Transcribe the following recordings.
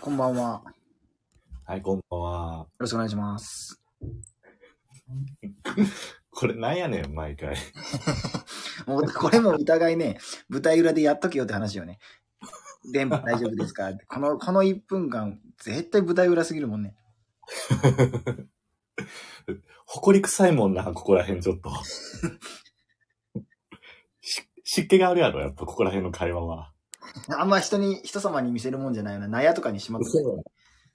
こんばんは。よはい、こんばんは。ろしくお願いします。これなんやねん、毎回。もう、これも疑いね、舞台裏でやっとけよって話よね。電波大丈夫ですかこの、この1分間、絶対舞台裏すぎるもんね。誇り臭いもんな、ここら辺ちょっと。 し湿気があるやろ、やっぱここら辺の会話は。あんま人に、人様に見せるもんじゃないよな。納屋とかにしまって。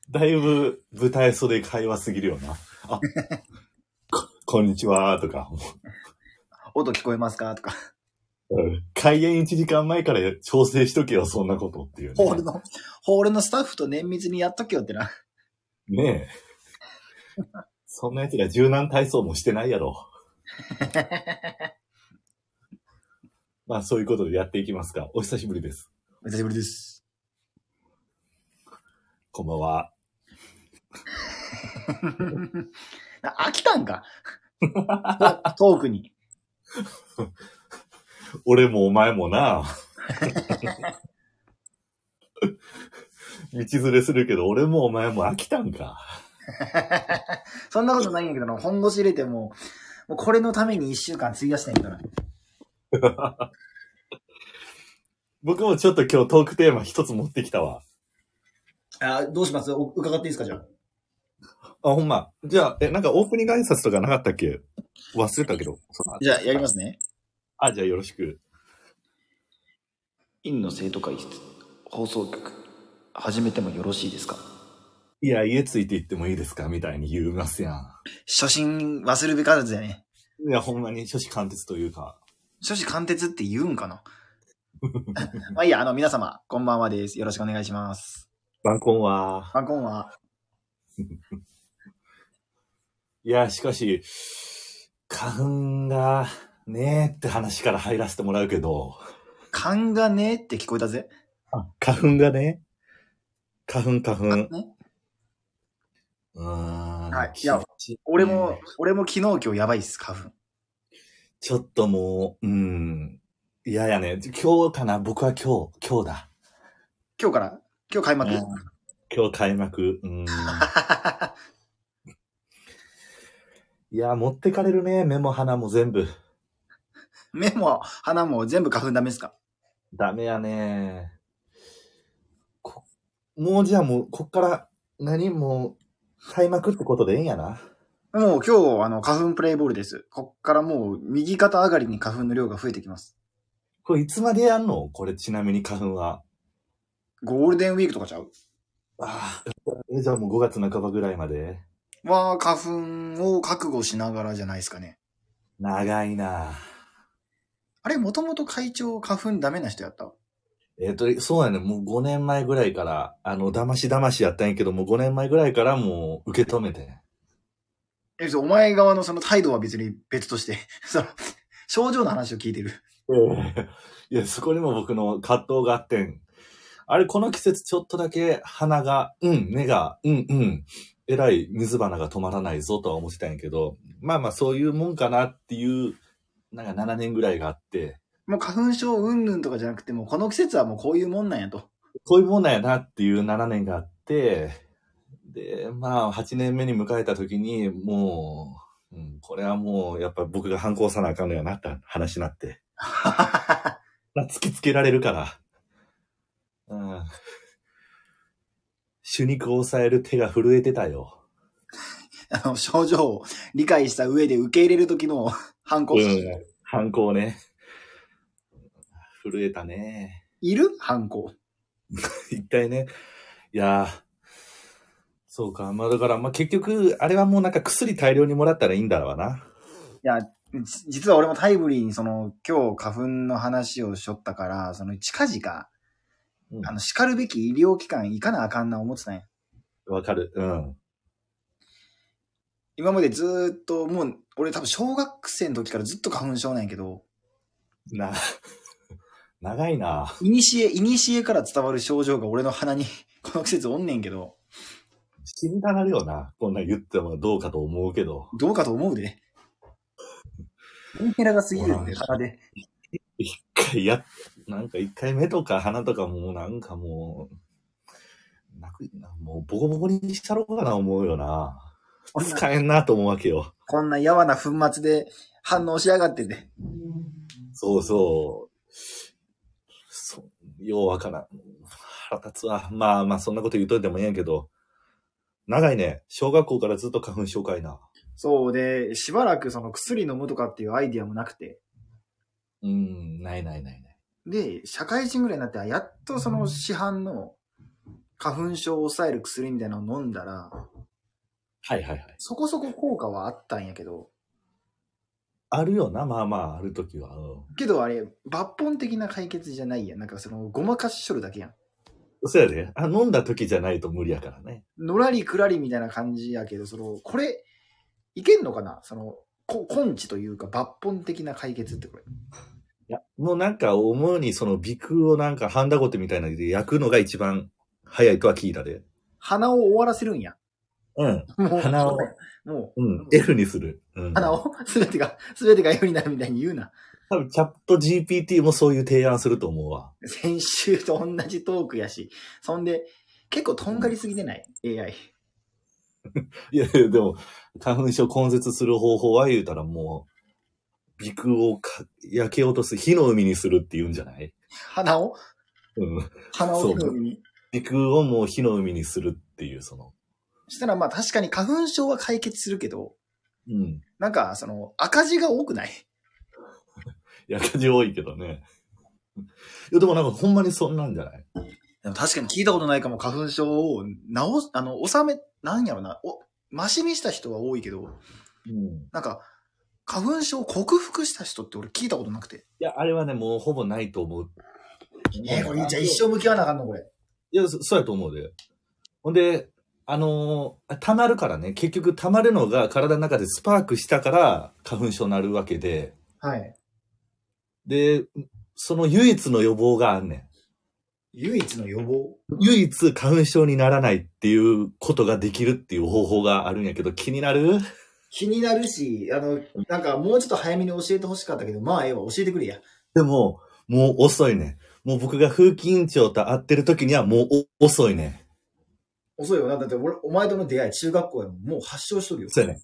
だいぶ舞台袖会話すぎるよな。あ、ここんにちは、とか。音聞こえますかとか。開演1時間前から調整しとけよ、そんなことっていう、ホールの、ホールのスタッフと綿密にやっとけよってな。ねえ。そんな奴ら柔軟体操もしてないやろ。まあそういうことでやっていきますか。お久しぶりです。お久しぶりです。こんばんは。な 飽きたんかトークに。 俺もお前もな。道連れするけど、俺もお前も飽きたんか。そんなことないんやけどな、本腰入れてもう、もうこれのために1週間費やしたんやけどな。僕もちょっと今日トークテーマ一つ持ってきたわ。あ、どうしますお伺っていいですかじゃあ。あ、ほんま。じゃあ、え、なんかオープニング挨拶とかなかったっけ忘れたけど。じゃあ、やりますね。あ、じゃあよろしく。院の生徒会室放送局始めてもよろしいですかいや、家ついて行ってもいいですかみたいに言いますやん。初心忘るべからずだよねいや、ほんまに初子貫徹というか。初心貫徹って言うん かなまあいいや、あの皆様、こんばんはです。よろしくお願いします。晩婚は。あ、こんは。いや、しかし、勘がねえって話から入らせてもらうけど。勘がねえって聞こえたぜ。花粉がね。花粉、花粉。ね、うーん。はいいや厳しね俺も、俺も昨日今日やばいっす、花粉。ちょっともう、うん。いややね。今日かな僕は今日、今日だ。今日から今日開幕、うん 今日開幕。うん。いや、持ってかれるね。目も鼻も全部。目も鼻も全部花粉ダメっすかダメやねこもうじゃあもう、こっから、何もう、開幕ってことでええんやな。もう今日、あの、花粉プレイボールです。こっからもう右肩上がりに花粉の量が増えてきます。これいつまでやんのこれちなみに花粉は。ゴールデンウィークとかちゃうああ。えじゃあもう5月半ばぐらいまで。は花粉を覚悟しながらじゃないですかね。長いなあれ、もともと会長花粉ダメな人やったえっ、と、そうやね。もう5年前ぐらいから、あの、騙し騙しやったんやけど、もう5年前ぐらいからもう受け止めて。え、そうお前側のその態度は別に別として、 その、症状の話を聞いてる。いや、そこにも僕の葛藤があってん。あれ、この季節ちょっとだけ鼻が、うん、目が、うん、うん、えらい水花が止まらないぞとは思ってたんやけど、まあまあそういうもんかなっていう、なんか7年ぐらいがあって、もう花粉症うんぬんとかじゃなくて、もうこの季節はもうこういうもんなんやと。 こういうもんなんやなっていう7年があって、で、まあ8年目に迎えた時に、もう、うん、これはもうやっぱ僕が反抗さなあかんのやなって話になって。まあ突きつけられるから。うん。手肉を抑える手が震えてたよ。あの、症状を理解した上で受け入れる時の 反抗。うん。反抗ね。震えたね。いる反抗。一体ね。いやーそうか。まあだから、まあ結局、あれはもうなんか薬大量にもらったらいいんだろうな。じ実は俺もタイムリーにその、今日花粉の話をしょったから、その近々、うんあの、叱るべき医療機関行かなあかんな思ってたんや。わかる。うん。今までずーっと、もう、俺多分小学生の時からずっと花粉症なんやけど、な、長いな。いにしえ、いにしえから伝わる症状が俺の鼻に、 この季節おんねんけど、死にたがるよな。こんなん言ってもどうかと思うけど。どうかと思うで。インヘラが過ぎるんほで、ら鼻で。一回やっ、なんか一回目とか鼻とかもうなんかもう、泣くな、もうボコボコにしたろうかな思うよな。使えんなと思うわけよ。こんなやわな粉末で反応しやがってて。そうそう。そようわからん。腹立つわ。まあまあ、そんなこと言うといてもええんやけど。長いね。小学校からずっと花粉症かいな。そうで、しばらくその薬飲むとかっていうアイディアもなくて。うん、ないないないない。で、社会人ぐらいになって、やっとその市販の花粉症を抑える薬みたいなのを飲んだら、はいはいはい。そこそこ効果はあったんやけど、あるよな、まあまあ、あるときは。うん。けどあれ、抜本的な解決じゃないやん。なんかその、ごまかししょるだけやん。そうやで。あ、飲んだときじゃないと無理やからね。のらりくらりみたいな感じやけど、その、これ、いけんのかなその、こ根治というか抜本的な解決ってこれ。いや、もうなんか思うにその鼻腔をなんかハンダゴテみたいなので焼くのが一番早いとは聞いたで。鼻を終わらせるんや。うん。もう、鼻をもう、うん。F にする。うん。鼻を、 すべてが、すべてが F になるみたいに言うな。多分チャット GPT もそういう提案すると思うわ。先週と同じトークやし。そんで、結構とんがりすぎてない、AI。いやいや、でも、花粉症根絶する方法は言うたらもう、鼻腔をか焼け落とす、火の海にするって言うんじゃない鼻をうん。鼻を手の上に。鼻腔をもう火の海にするっていう、その。したらまあ確かに花粉症は解決するけど、うん。なんかその赤字が多くない焼け字多いけどね。いや、でもなんかほんまにそんなんじゃないでも確かに聞いたことないかも、花粉症を治す、あの、収め、なんやろな、お、ましにした人は多いけど、うん。なんか、花粉症を克服した人って俺聞いたことなくて。いや、あれはね、もうほぼないと思う。えこれ、じゃあ一生向き合わなあかんのこれ。いや、そそうやと思うで。ほんで、あのー溜まるからね、結局溜まるのが体の中でスパークしたから花粉症になるわけで、はい。で、その唯一の予防があんね唯一の予防。ん。唯一花粉症にならないっていうことができるっていう方法があるんやけど、気になる気になるし、あの、なんかもうちょっと早めに教えてほしかったけど、まあええわ、教えてくれや。でも、もう遅いねん。もう僕が風紀委員長と会ってる時にはもうお遅いねん。遅いよな。だって俺、お前との出会い、中学校やもん。もう発症しとるよ。そうやね。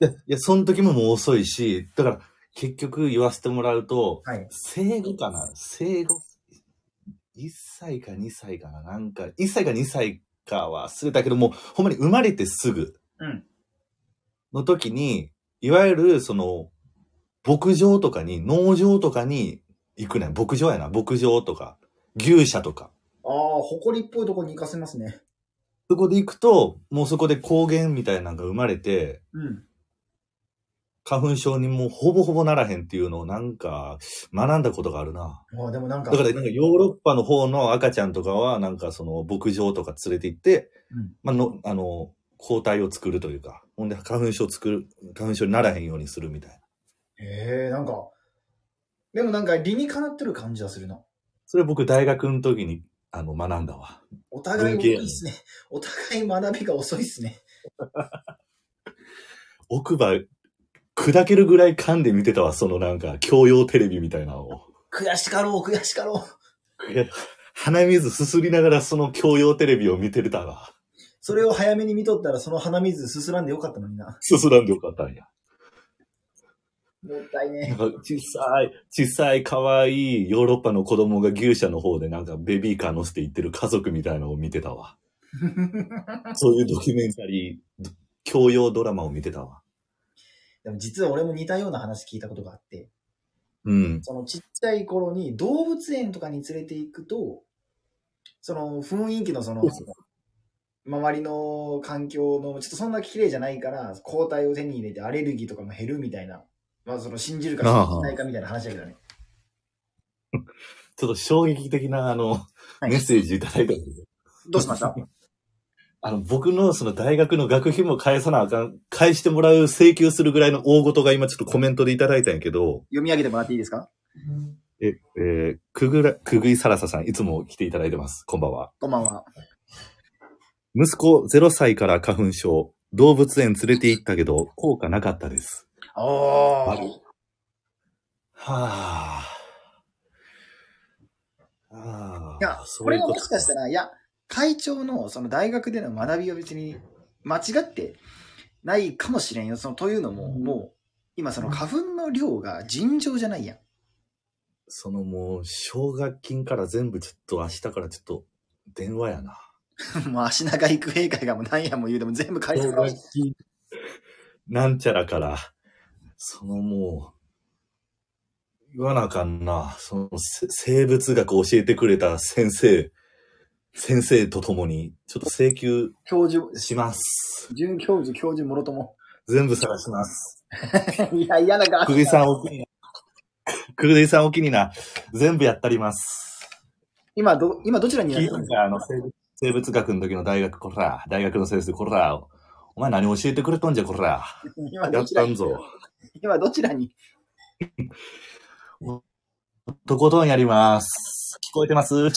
でいや、その時ももう遅いし、だから、結局言わせてもらうと、はい。生後かな生後、1歳か2歳かななんか、1歳か2歳かは忘れたけども、ほんまに生まれてすぐうん。の時に、いわゆる、その、牧場とかに、農場とかに行くねん。牧場やな。牧場とか、牛舎とか。ああ、誇りっぽいとこに行かせますね。そこで行くと、もうそこで高原みたいなのが生まれて、うん。花粉症にもうほぼほぼならへんっていうのをなんか学んだことがあるな。ああ、でもなんか。だからなんかヨーロッパの方の赤ちゃんとかはなんかその牧場とか連れて行って、うんまあの、あの、抗体を作るというか、ほんで花粉症作る、花粉症にならへんようにするみたいな。へえ、なんか、でもなんか理にかなってる感じはするな。それ僕大学の時にあの学んだわ。お互い文遅系いやねっすね。お互い学びが遅いっすね。奥歯砕けるぐらい噛んで見てたわ、そのなんか教養テレビみたいなのを。悔しかろう、悔しかろう。鼻水すすりながらその教養テレビを見てたわ。それを早めに見とったら、その鼻水すすらんでよかったのにな。すすらんでよかったんや。もったいなねん。か小さい、小さい可愛いヨーロッパの子供が牛舎の方でなんかベビーカー乗せて行ってる家族みたいなのを見て たわ。そういうドキュメンタリー、教養ドラマを見てたわ。でも実は俺も似たような話聞いたことがあって、うん。そのちっちゃい頃に動物園とかに連れて行くと、その雰囲気のその、周りの環境の、ちょっとそんな綺麗じゃないから、抗体を手に入れてアレルギーとかも減るみたいな、まあその信じるか信じないかみたいな話だけどね。ちょっと衝撃的なあの、いメッセージいただいたんでどうしました あの、僕のその大学の学費も返さなあかん、返してもらう請求するぐらいの大事が今ちょっとコメントでいただいたんやけど、読み上げてもらっていいですかえ、えーくぐら、くぐいさらささん、いつも来ていただいてます。こんばんは。こんばんは。息子0歳から花粉症。動物園連れて行ったけど、効果なかったです。おあるはあ。ああ。いや、これがもしかしたら。ら、いや、会長のその大学での学びは別に間違ってないかもしれんよ。そのというのも、うんもう今その花粉の量が尋常じゃないやん。そのもう、奨学金から全部ちょっと明日からちょっと電話やな。 もう足長育英会がもう何やも言うでも全部借り奨てる。学金なんちゃらから、そのもう、言わなあかんな。そのせ生物学を教えてくれた先生、先生と共に、ちょっと請求教授、します。准教授、教授もろとも。 全部探します。いや、嫌ながくぐいさんお気にな。くぐいさんお気にな。全部やったります。今ど、今どちらにいらっ聞いしゃたるんんですか、あの、生物生物学の時の大学、こら、大学の先生、こら、お前何教えてくれとんじゃ、こら。か今やどっちたらんにぞ。今どちらにとことんやります。聞こえてます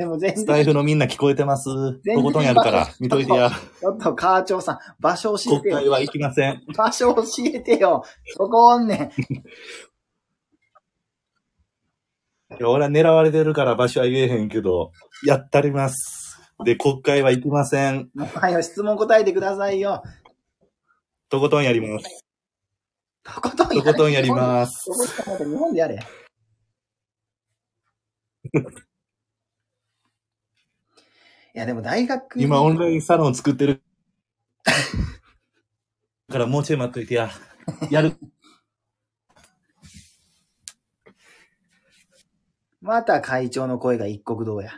もう全スタ然、イフのみんな聞こえてます全然とことんやるから、見といてや。ちょっと課長さん、場所教え国て会よ。は行きません。場所教えてよ。そこおんねん。いや俺は狙われてるから場所は言えへんけど、やったります。で、国会は行きません。もうはよ質問答えてくださいよ。とことんやります。とことんとことんやりす。ます。とことん日本でやれ。いや、でも大学に今オンラインサロン作ってる。からもうちょい待っといてや。や る。また会長の声が一国道や。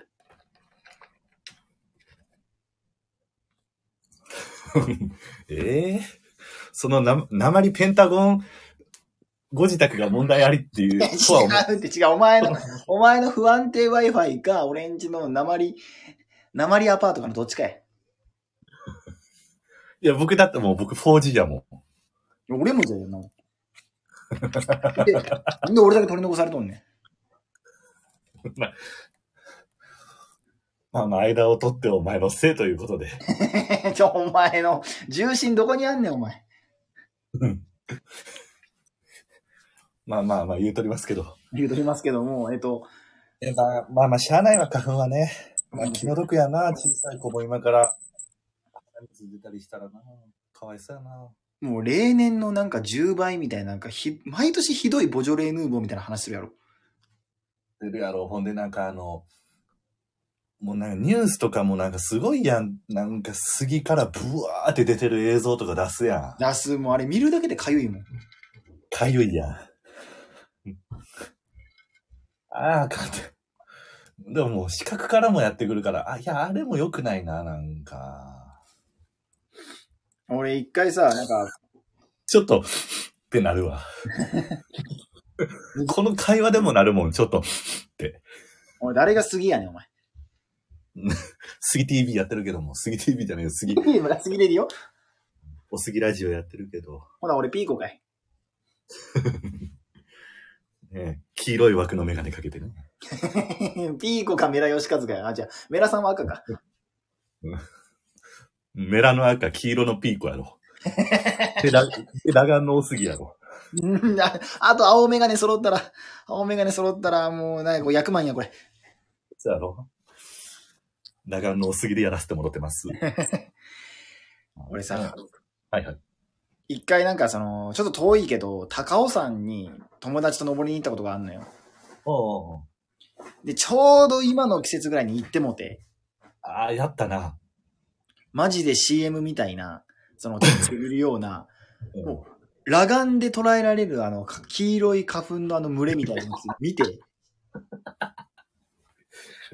ええそのな、鉛ペンタゴンご自宅が問題ありっていうとは思う。違うって違う。お前の、お前の不安定 Wi-Fi か、俺んちの鉛、鉛アパートかのどっちかや。いや、僕だってもう僕 4G やもん。俺もじゃよな。でなんで俺だけ取り残されとんねん。まあまあ間を取ってお前のせいという ことで。 ちょ、お前の重心どこにあんねん、お前。まあまあまあ言うとりますけど。言うとりますけども、えっと、えまあまあまあ、しゃあないわ、花粉はね。まあ気の毒やな、小さい子も今から。鼻水出たりしたらな。かわいそうやな。もう例年のなんか10倍みたいな、なんかひ、毎年ひどいボジョレーヌーボーみたいな話するやろ。出るやろ。ほんでなんかあの、もうなんかニュースとかもなんかすごいやん。なんか杉からブワーって出てる映像とか出すやん。出す、もうあれ見るだけでかゆいもん。かゆいやん。ああ、あかんて。でももう視覚からもやってくるから、あ、いや、あれも良くないな、なんか。俺一回さ、なんか、ちょっと、ってなるわ。この会話でもなるもん、ちょっと。お前誰が杉やねん、お前。杉 TV やってるけども、杉 TV じゃないよ、杉、 今が杉でいいよ。お杉ラジオやってるけど、ほな、俺ピーコかい。ね、黄色い枠のメガネかけてね。 ピーコかメラヨシカズかよ。あ、じゃあ、メラさんは赤か。メラの赤、黄色のピーコや ろ。手だ、手だがんのお杉やろ。うんああと、青メガネ揃ったら、青メガネ揃ったら、もう、なんかこう、役満や、これ。そうやろ。だがんのお杉でやらせてもらって ます。俺さ、はいはい。一回なんか、その、ちょっと遠いけど、高尾山に友達と登りに行ったことがあんのよ。おうおうおうで、ちょうど今の季節ぐらいに行ってもて、ああ、やったな。マジで CM みたいな、その、手作るような、 お裸眼で捉えられる、あの、か黄色い花粉のあの群れみたいなやつ見て、 あ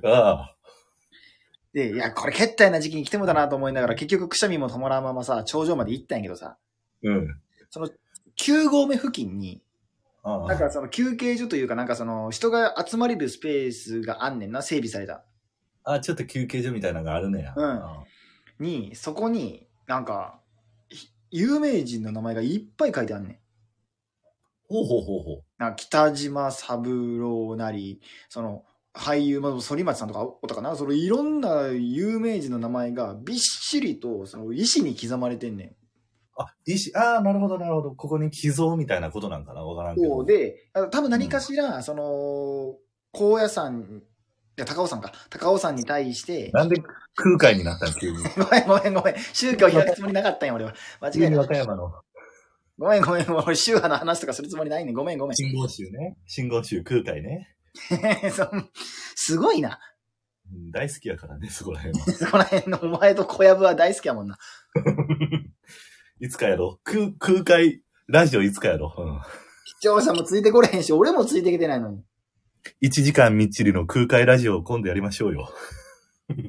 あ。で、いや、これ、決体な時期に来てもだなと思いながら、結局、くしゃみも止まらんままさ、頂上まで行ったんやけどさ、うん。その、9合目付近に、ああなんかその休憩所というか、なんかその人が集まれるスペースがあんねんな、整備された。あ、ちょっと休憩所みたいなのがあるねや。うんあに、そこになんか、ひ有名人の名前がいっぱい書いてあんねん。ほうほうほうほう。なんか北島三郎なり、その俳優、まあ、反町さんとかおったかな、そのいろんな有名人の名前がびっしりとその石に刻まれてんねん。あ、石、ああ、なるほど、なるほど。ここに寄贈みたいなことなんかなわからんけど。そうで、あの多分何かしら、その、高野山や、高尾さんか。高尾さんに対して、なんで空海になったの急に。ごめんごめんごめん。宗教開くつもりなかったんや、俺は。間違急えにた和。歌山のごめんごめんごめん。俺、宗派の話とかするつもりないねん。ごめんご めん。信号中ね。信号中空海ね。そんすごいな。うん大好きやからね、そこら辺は。 そこら辺のお前と小籔は大好きやもんな。いつかやろう。空、空海、ラジオいつかやろう。うん。視聴者もついてこれへんし、俺もついてきてないのに。 1時間みっちりの空海ラジオを今度やりましょうよ。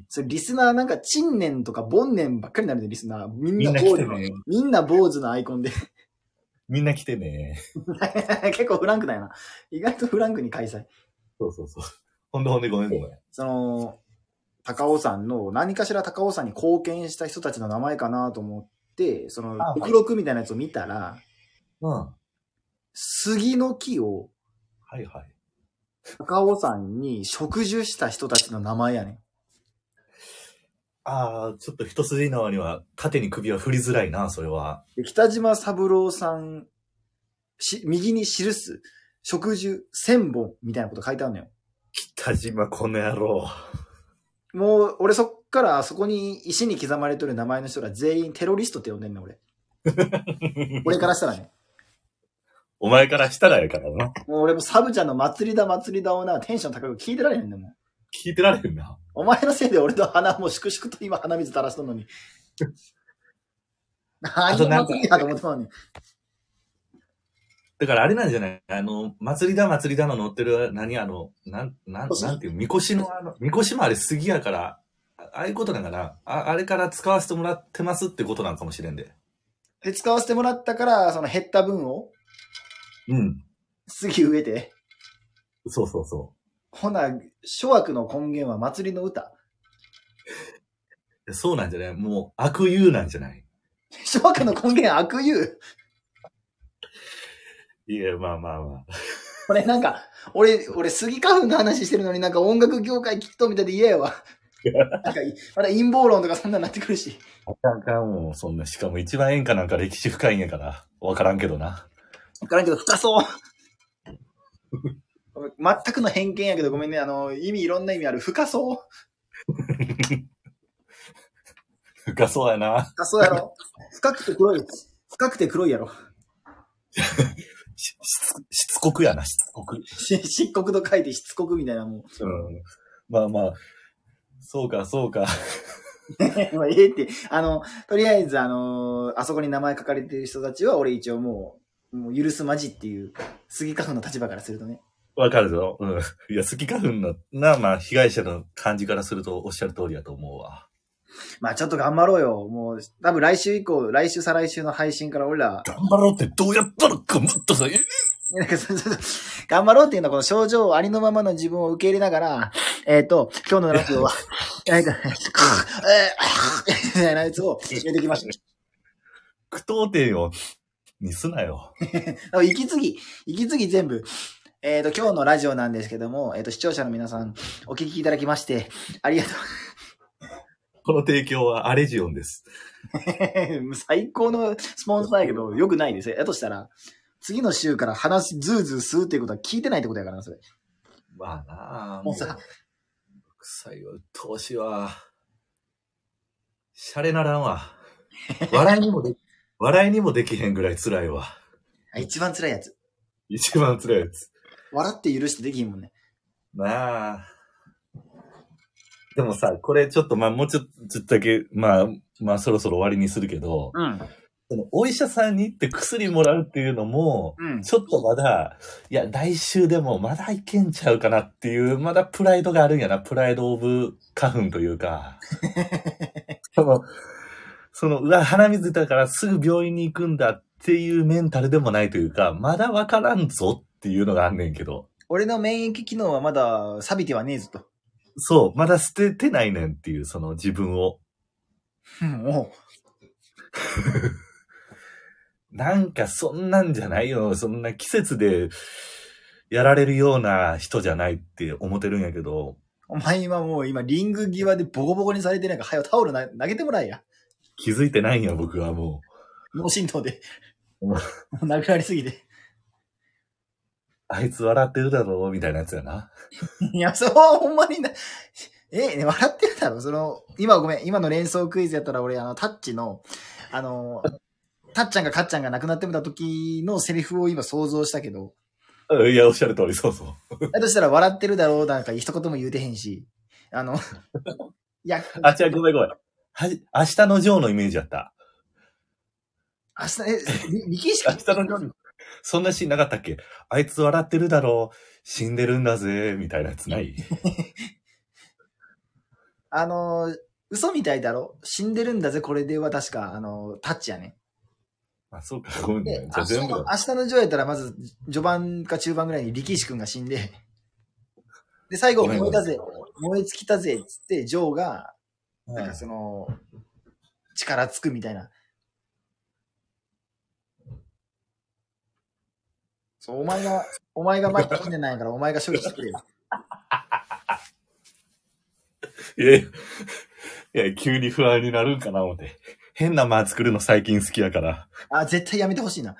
それリスナーなんか、陳年とか凡年ばっかりになるで、リスナー。みんみなんな来坊主ての、ね。みんな坊主のアイコンで。 みんな来てね。結構フランクだよな。意外とフランクに開催。そうそうそう。ほんでほんでごめんごめん。その、高尾山の、何かしら高尾山に貢献した人たちの名前かなと思って、そのあ、目録みたいなやつを見たら、うん。は杉の木をいはい。高尾山に植樹した人たちの名前やねん。ああ、ちょっと一筋縄には縦に首は振りづらいな、それは。で北島三郎さん、し、右に記す、植樹千本みたいなこと書いてあるのよ。北島この野郎。もう、俺そっから、あそこに石に刻まれてる名前の人ら全員テロリストって呼んでんねん、 俺。俺からしたらね。お前からしたらやからな。もう俺もサブちゃんの祭りだ祭りだをな、テンション高く聞いてられへんねんもん。聞いてられへんな。お前のせいで俺の鼻も粛々と今鼻水垂らしとんのに。何となのんか祭りやと思ってたのに。だからあれなんじゃないあの、祭りだ祭りだの乗ってる、何あの、なん、なん、なんていう、みこしのあの、みこしもあれ杉やから、あああいうことなんかなあ、あれから使わせてもらってますってことなんかもしれんで。で、使わせてもらったから、その減った分を、うん。次植えて。そうそうそほな、諸悪の根源は祭りの歌。う。そうなんじゃないもう、悪友なんじゃない諸悪の根源は悪友。いや、まあまあまあ。これなんか、俺、俺、杉花粉の話してるのになんか音楽業界きっとみたいで嫌やわ。なんか、まだ陰謀論とかそんなんなってくるし。あかんあかん、もう、そんな。しかも一番演歌なんか歴史深いんやから、わからんけどな。わからんけど、深そう。全くの偏見やけど、ごめんね。あの、意味、いろんな意味ある。深そう。深そうやな。深そうやろ。深くて黒い。深くて黒いやろ。し、しつ、しつこくやな、しつこく。し漆黒と書いてしつこくみたいなもん。うん。まあまあ、そうか、そうか。 まあ、ええって。あの、とりあえず、あのーあそこに名前書かれてる人たちは、俺一応もう、もう許すまじっていう、杉花粉の立場からするとね。わかるぞ。うん。いや、スギ花粉の、な、まあ、被害者の感じからするとおっしゃる通りやと思うわ。まあちょっと頑張ろうよ。もう、多分来週以降、来週再来週の配信から俺ら、頑張ろうってどうやったら頑張ったさ、えなんかそうそうそう頑張ろうっていうのはこの症状をありのままの自分を受け入れながら、えっ、と、今日のラジオは、なんか、えーみたいなやつを入れてきました。苦闘点を、にすなよ。あ息継ぎ、息継ぎ全部。えっ、と、今日のラジオなんですけども、えっ、と、視聴者の皆さん、お聞きいただきまして、ありがとこの提供はアレジオンです。う。最高のスポンサーやけど、良くないですよ。やとしたら、次の週から話、ズーズーするっていうことは聞いてないってことやからな、それ。まあなあ、もうさ臭いわ、鬱陶しいわ。シャレならんわ。笑いにもで、笑いにもできへんぐらい辛いわ。あ一番辛いやつ。一番辛いやつ。笑って許してできひんもんね。なあ。でもさ、これちょっとまあもうちょっとだけ、まあ、まあそろそろ終わりにするけど、うん。そのお医者さんに行って薬もらうっていうのも、うん。ちょっとまだ、いや、来週でもまだいけんちゃうかなっていう、まだプライドがあるんやな。プライドオブ花粉というか。その、その、うわ、鼻水だからすぐ病院に行くんだっていうメンタルでもないというか、まだわからんぞっていうのがあんねんけど。俺の免疫機能はまだ錆びてはねえぞと。 そう、まだ捨ててないねんっていう、その自分を。うん、おうなんかそんなんじゃないよ。そんな季節でやられるような人じゃないって思ってるんやけど、お前今もう今リング際でボコボコにされてなんか、はよタオルな投げてもらえや。気づいてないんや、僕はもう。脳震盪で。うんもう殴られすぎて。あいつ笑ってるだろうみたいなやつやな。 いや、そう、ほんまにな。え、ね、笑ってるだろその、今ごめん、今の連想クイズやったら俺、あの、タッチの、あの、タッちゃんがカッちゃんが亡くなってみた時のセリフを今想像したけど、うんいや、おっしゃる通り、そうそう。だとしたら笑ってるだろうなんか一言も言うてへんし、あ の、いや、あ、違う、ごめんごめん。はじ、明日のジョーのイメージだった。明日、え、り力士明日のジョーのそんなシーンなかったっけあいつ笑ってるだろう。死んでるんだぜ。みたいなや つないあの、嘘みたいだろ死んでるんだぜ、これでは確か、あの、タッチやね。あ、そうか、ごめんごめでん。、じゃ明あ日全部のだ。明日のジョーやったら、まず、序盤か中盤ぐらいに力士君が死んで、で、最後、ごめん燃ごえめたんぜ、燃え尽きたぜ、つって、ジョーが、うんなんかその、力つくみたいな。そう、お前が、お前が前に死んでないから、お前が処理してくれよ。い やいや、いや、急に不安になるんかな、思って。変な間作るの最近好きやから。あ、絶対やめてほしいな。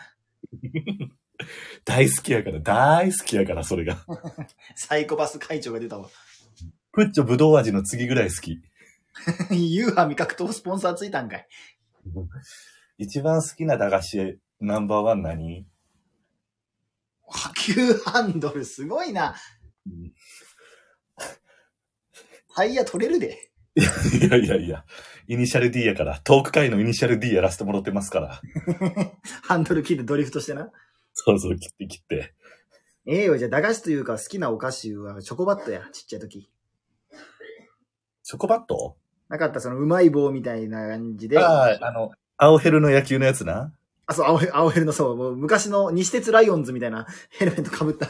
大好きやから、大好きやから、それが。サイコパス会長が出たわ。 プッチョぶどう味の次ぐらい好き。ユーハ味覚糖スポンサーついたんかい。一番好きな駄菓子、ナンバーワン何 波及ハンドルすごいな。タイヤ取れるで。いやいやいや、イニシャル D やから、トーク界のイニシャル D やらせてもらってますから。ハンドル切ってドリフトしてな。そうそう、切って切って。ええよ、じゃあ駄菓子というか好きなお菓子はチョコバットや、ちっちゃい時。チョコバットなかったそのうまい棒みたいな感じで。あああ、あの、青ヘルの野球のやつな。そう、青ヘ青ヘルのそう、もう昔の西鉄ライオンズみたいなヘルメットかぶった。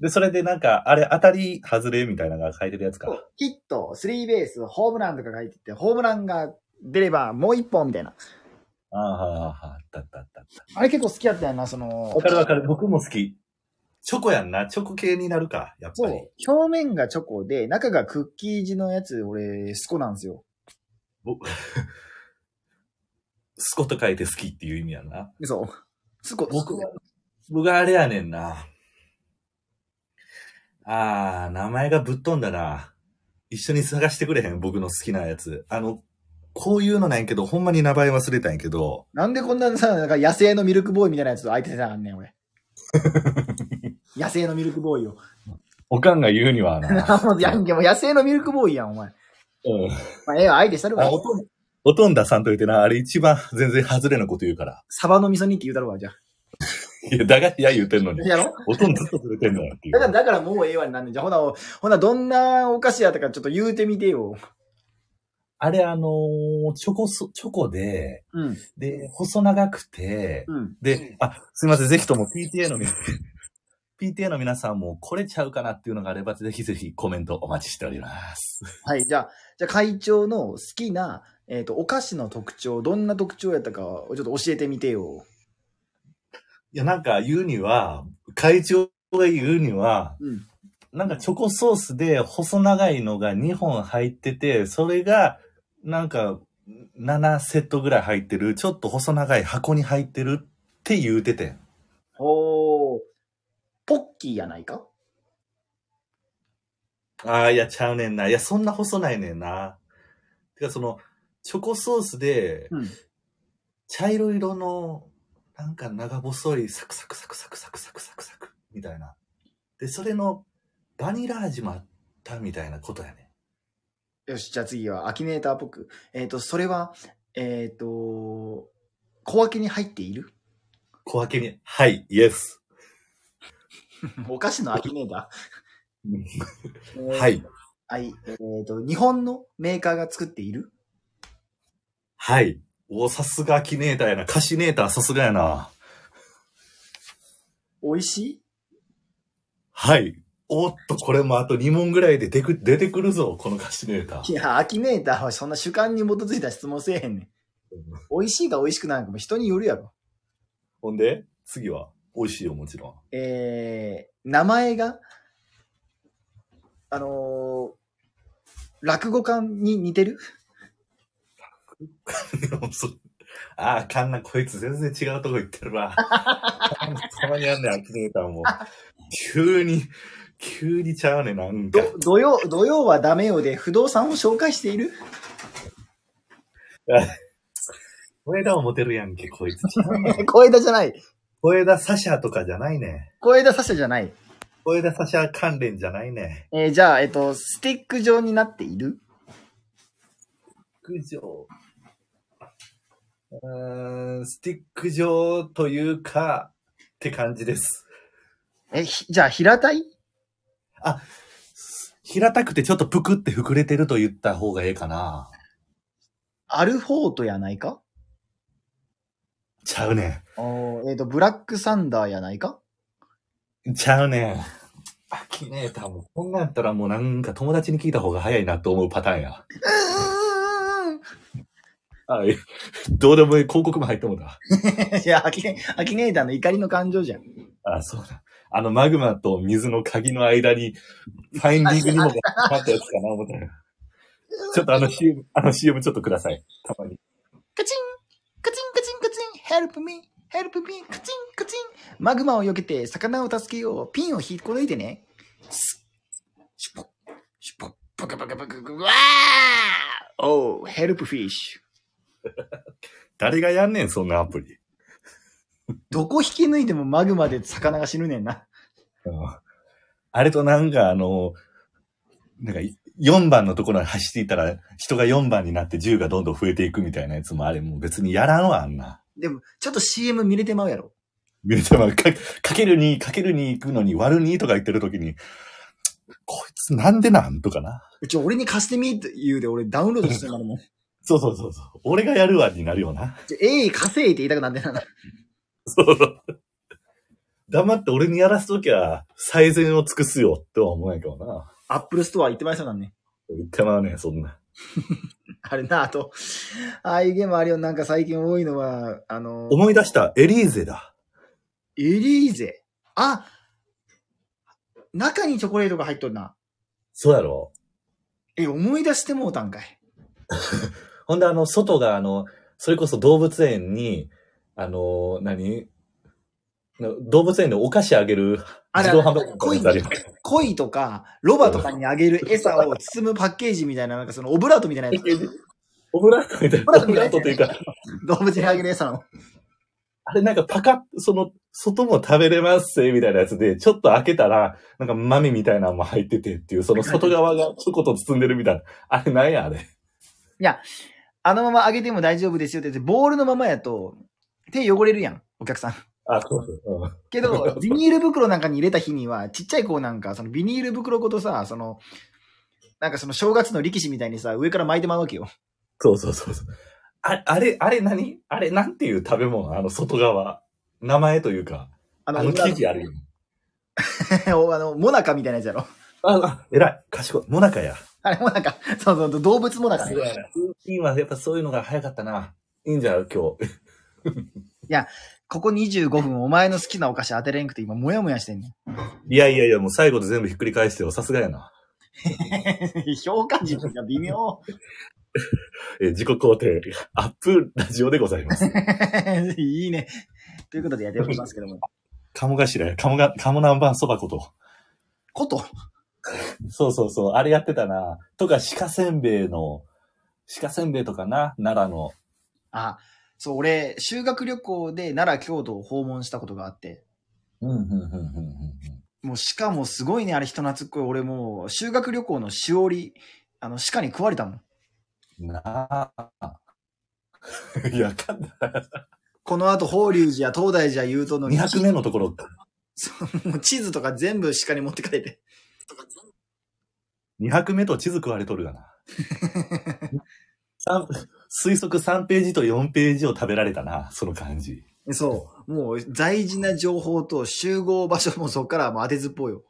で、それでなんか、あれ、当たり、外れみたいなのが書いてるやつか。ヒット、スリーベース、ホームランとか書いてて、ホームランが出ればもう一本みたいな。ああ、あったあったあったあった。あれ結構好きやったよな、そのわ。かるわかる、僕も好き。チョコやんな、チョコ系になるか、やっそぱうり。。表面がチョコで、中がクッキー地のやつ、俺、スコなんですよ。スコと書いて好きっていう意味やんな。そう。スコ、僕スコ僕はあれやねんな。あー、名前がぶっ飛んだな。一緒に探してくれへん僕の好きなやつ。あの、こういうのなんやけど、ほんまに名前忘れたんやけど、なんでこんなさ、なんか野生のミルクボーイみたいなやつと相手せなあかんねん、俺。野生のミルクボーイ よ。おかんが言うにはな。もうやんけ、もう野生のミルクボーイやん、お前。 うんまあ、ええわ、相手したるわあ。おとん、おとんださんといてな、あれ一番全然外れのこと言うから。サバの味噌煮って言うたるわ、じゃあ。いや、駄菓子屋言うてんのに。やろおとんずっとずれてんのよっていだから、う。だからもうええわになんねん。じゃあ、ほな、ほな、どんなお菓子やったかちょっと言うてみてよ。あれあのーチョコそ、チョコで、うん。で、細長くて、うん。で、あ、すいません、ぜひとも PTA の皆 PTA の皆さんもこれちゃうかなっていうのがあれば、ぜひぜひコメントお待ちしております。はい、じゃあ、じゃあ会長の好きな、えっ、と、お菓子の特徴、どんな特徴やったかをちょっと教えてみてよ。いや、なんか言うには、会長が言うには、うん。なんかチョコソースで細長いのが2本入ってて、それが、なんか、7セットぐらい入ってる、ちょっと細長い箱に入ってるって言うててん。おー。ポッキーやないかああ、いや、ちゃうねんな。いや、そんな細ないねんな。てか、その、チョコソースで、うん。茶色色の、なんか長細いサクサクサクサクサクサクサクサクみたいな。で、それのバニラ味もあったみたいなことやね。よし、じゃあ次は、アキネーターっぽく。えっ、と、それは、えっ、と、小分けに入っている 小分けに。はい、イエス。 お菓子のアキネーター。はえー。い。はい。えっ、と、日本のメーカーが作っているはい。お、さすがキネーターやな。カシネーターさすがやな。美味しいはい。おっと、これもあと2問ぐらいで出く出てくるぞ、このカシネータいー。や、アキネーターはそんな主観に基づいた質問せえへんねん。美味しいか美味しくないかも人によるやろ。ほんで、次は、美味しいよ、もちろん。えー、名前が、あのー落語家に似てるでもそ ああ、カンナこいつ全然違うとこ行ってるわ。 たまにあんねん、アキネーターも。急に、急にちゃうねん、なんか。ど土曜、土曜はダメよで不動産を紹介している 小枝をモテるやんけ、こいつ。ちゃうねん小枝じゃない。小枝サシャとかじゃないね。小枝サシャじゃない。小枝サシャ関連じゃないね。えーじゃあ、えっと、スティック状になっているスティック状。うーん、スティック状というか、って感じです。え、ひじゃあ、平たい平たくてちょっとぷくって膨れてると言った方がええかな。アルフォートやないかちゃうねおーえっ、と、ブラックサンダーやないかん。ちゃうねん。アキネーターも、こんなんやったらもうなんか友達に聞いた方が早いなと思うパターンや。はい。どうでもいい広告も入ってもだ。いや、アキネ、アキネーターの怒りの感情じゃん。あ、そうだ。あのマグマと水の鍵の間に、ファインディングにもがあったやつかな、思 ったよ。ちょっとあの CM、あの CM ちょっとください。たまに。カチンカチンカチンカチンヘルプミーヘルプミーカチンカチンマグマを避けて魚を助けようピンを引っこ抜いてねスッシュポッシュポッパカパカパカうわーおうヘルプフィッシュ誰がやんねん、そんなアプリ。どこ引き抜いてもマグマで魚が死ぬねんな。うんあれとなんかあの、なんかい4番のところに走っていったら人が4番になって銃がどんどん増えていくみたいなやつもあれもう別にやらんわ、あんな。でも、ちょっと CM 見れてまうやろ。見てもらうかかける2、かける2行くのに割る2とか言ってる時に、こいつなんでなんとかな。うち俺に貸してみって言うで俺ダウンロードしてもらうもん。そうそうそうそう。俺がやるわになるよな。ちょえい、稼いって言いたくなってな。そうそう。黙って俺にやらすときは最善を尽くすよとは思わないけどな。アップルストア行ってまいそうなんね。言ってまうねん、そんな。あれな、あと、ああいうゲームあるよ。なんか最近多いのは、あの、思い出した、エリーゼだ。エリーゼ。あ中にチョコレートが入っとるな。そうやろえ、思い出してもうたんかい。ほんで、あの、外が、あの、それこそ動物園に、あの、何な動物園でお菓子あげるあれ自動販売機のやつあるやん鯉とか、ロバとかにあげる餌を包むパッケージみたいな、なんかそのオブラートみたいなやつ。オブラートみたいブラートな。オブみたいなラートというか、動物にあげる餌なの。あれなんかパカッ、その、外も食べれますぜみたいなやつで、ちょっと開けたら、なんか豆みたいなのも入っててっていう、その外側がチョコと包んでるみたいな。あれなんや、あれ。あのままあげても大丈夫ですよって言って、ボールのままやと、手汚れるやん、お客さん。あ、そうそう。うんけど、ビニール袋なんかに入れた日には、ちっちゃい子なんか、そのビニール袋ごとさ、その、なんかその正月の力士みたいにさ、上から巻いてまうわけよ。そうそうそうそう。ああれ、あれ何あれ、なんていう食べ物あの、外側。名前というか。ああの、生地あるよ。 おあの、モナカみたいなやつやろ。 あ、あ、偉い。賢い。もなかや。あれもなんか、そうそうそう、動物もなんか、ね、今、やっぱそういうのが早かったな。いいんじゃん、今日。ここ25分お前の好きなお菓子当てれんくて今モヤモヤしてんねいやいやいや、もう最後で全部ひっくり返してよ。さすがやな。ん。評価軸が微妙。 えー、自己肯定、アップラジオでございます。いいね。ということでやっておりますけども。鴨頭や、鴨が、鴨南蛮そばこと。こと、そうそうそう、あれやってたな。とか、鹿せんべいの、鹿せんべいとかな、奈良の。あ、そう、俺、修学旅行で奈良、京都を訪問したことがあって、うん、うん、うん、うん、うん。もう鹿もすごいね、あれ人懐っこい。俺もう、修学旅行のしおり、あの、鹿に食われたもん。なあ。 いや、かんだ。この後、法隆寺や東大寺や言うとんのに、 200目のところ、そうもう地図とか全部鹿に持ってかれて。 200目と地図食われとるが な。三推測3ページと4ページを食べられたな、その感じ。そう。もう、大事な情報と集合場所もそっからもう当てずっぽうよ。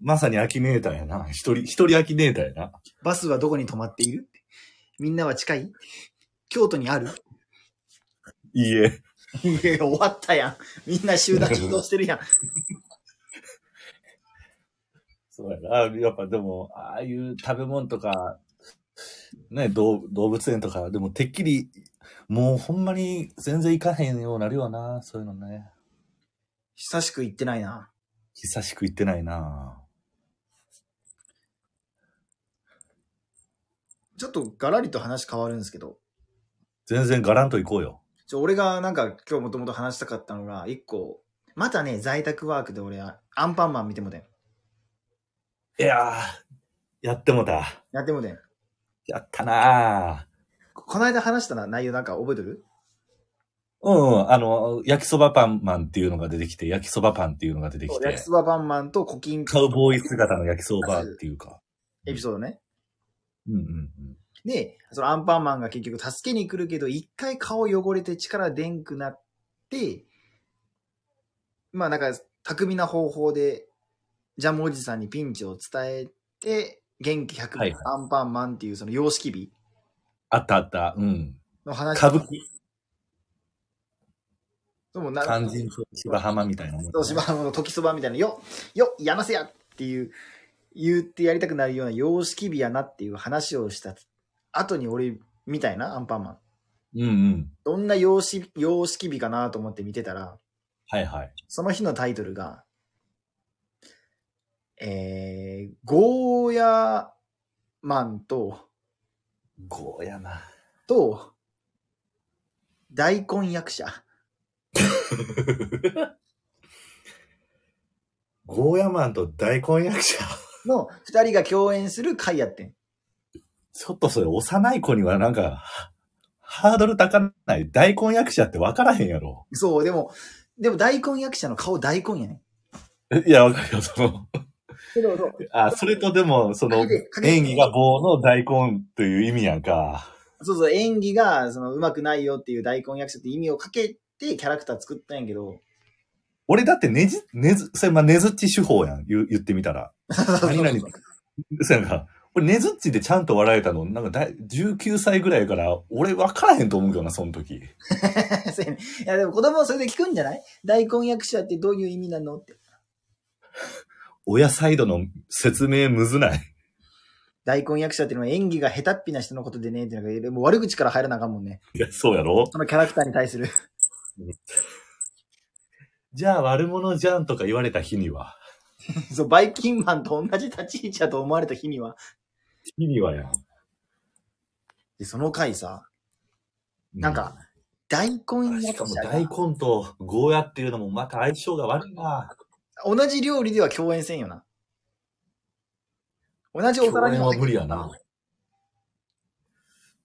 まさにアキネーターやな。一人、一人アキネーターやな。バスはどこに止まっているみんなは近い京都にあるいいえ。いや、終わったやん。みんな集 団移動してるやん。そうやな。やっぱでも、ああいう食べ物とか、ね、動動物園とか、でもてっきり、もうほんまに全然行かへんようになるよな、そういうのね。久しく行ってないな。久しく行ってないな。ちょっとガラリと話変わるんですけど、全然ガランと行こうよ。ちょ俺がなんか今日もともと話したかったのが、一個、またね、在宅ワークで俺、アンパンマン見てもてん。いやー、やってもた。やってもてん。やったなこの間話したな内容なんか覚えてるー。うんうん、あの、焼きそばパンマンっていうのが出てきて、焼きそばパンっていうのが出てき焼きて、そばパンマンとコキンカウボーイ姿の焼きそばっていうか。エピソードね。うんうんうん。で、そのアンパンマンが結局助けに来るけど、一回顔汚れて力でんくなって、まあなんか巧みな方法で、ジャムおじさんにピンチを伝えて、元気100、はいはいアンパンマンっていうその様式美あったあった。うん。の話。歌舞伎、でもな肝心と芝浜みたいなもん、そう、芝浜の時そばみたいな、よ、よ、やなせやっていう、言ってやりたくなるような様式美やなっていう話をした後に俺、みたいな、アンパンマン。うんうん。どんな様式、様式美かなと思って見てたら、はいはい。その日のタイトルが、えー、ゴーヤマンと、ゴーヤな。と、大根役者。ゴーヤマンと大根役者。の二人が共演する回やってん。ちょっとそれ幼い子にはなんか、ハードル高ない。大根役者って分からへんやろ。そう、でも、でも大根役者の顔大根やね。いや、分かるよ、その。そうそう。あ、それとでも、そのかけてか、けて演技が棒の大根という意味やんか。そうそう、演技が、その、うまくないよっていう大根役者って意味をかけて、キャラクター作ったんやけど、 俺だってねじ、ねず、それまあ、ねずっち手法やん。言う言ってみたら。何々そうやんか。俺、ねずっちでちゃんと笑えたの、なんかだい、19歳ぐらいやから、俺分からへんと思うけどな、その時。そうやねいや、でも子供はそれで聞くんじゃない大根役者ってどういう意味なのって。親サイドの説明むずない。大根役者っていうのは演技が下手っぴな人のことでね、っていうのが、もう悪口から入らなあかんもんね。いや、そうやろそのキャラクターに対する。 じゃあ悪者じゃんとか言われた日には。そう、バイキンマンと同じ立ち位置だと思われた日には。日にはやん。で、その回さ、なんか、大根うん、しか役も者大が根とゴーヤっていうのもまた相性が悪いな。同じ料理では共演せんよな。同じお皿共に演もは無理やな。い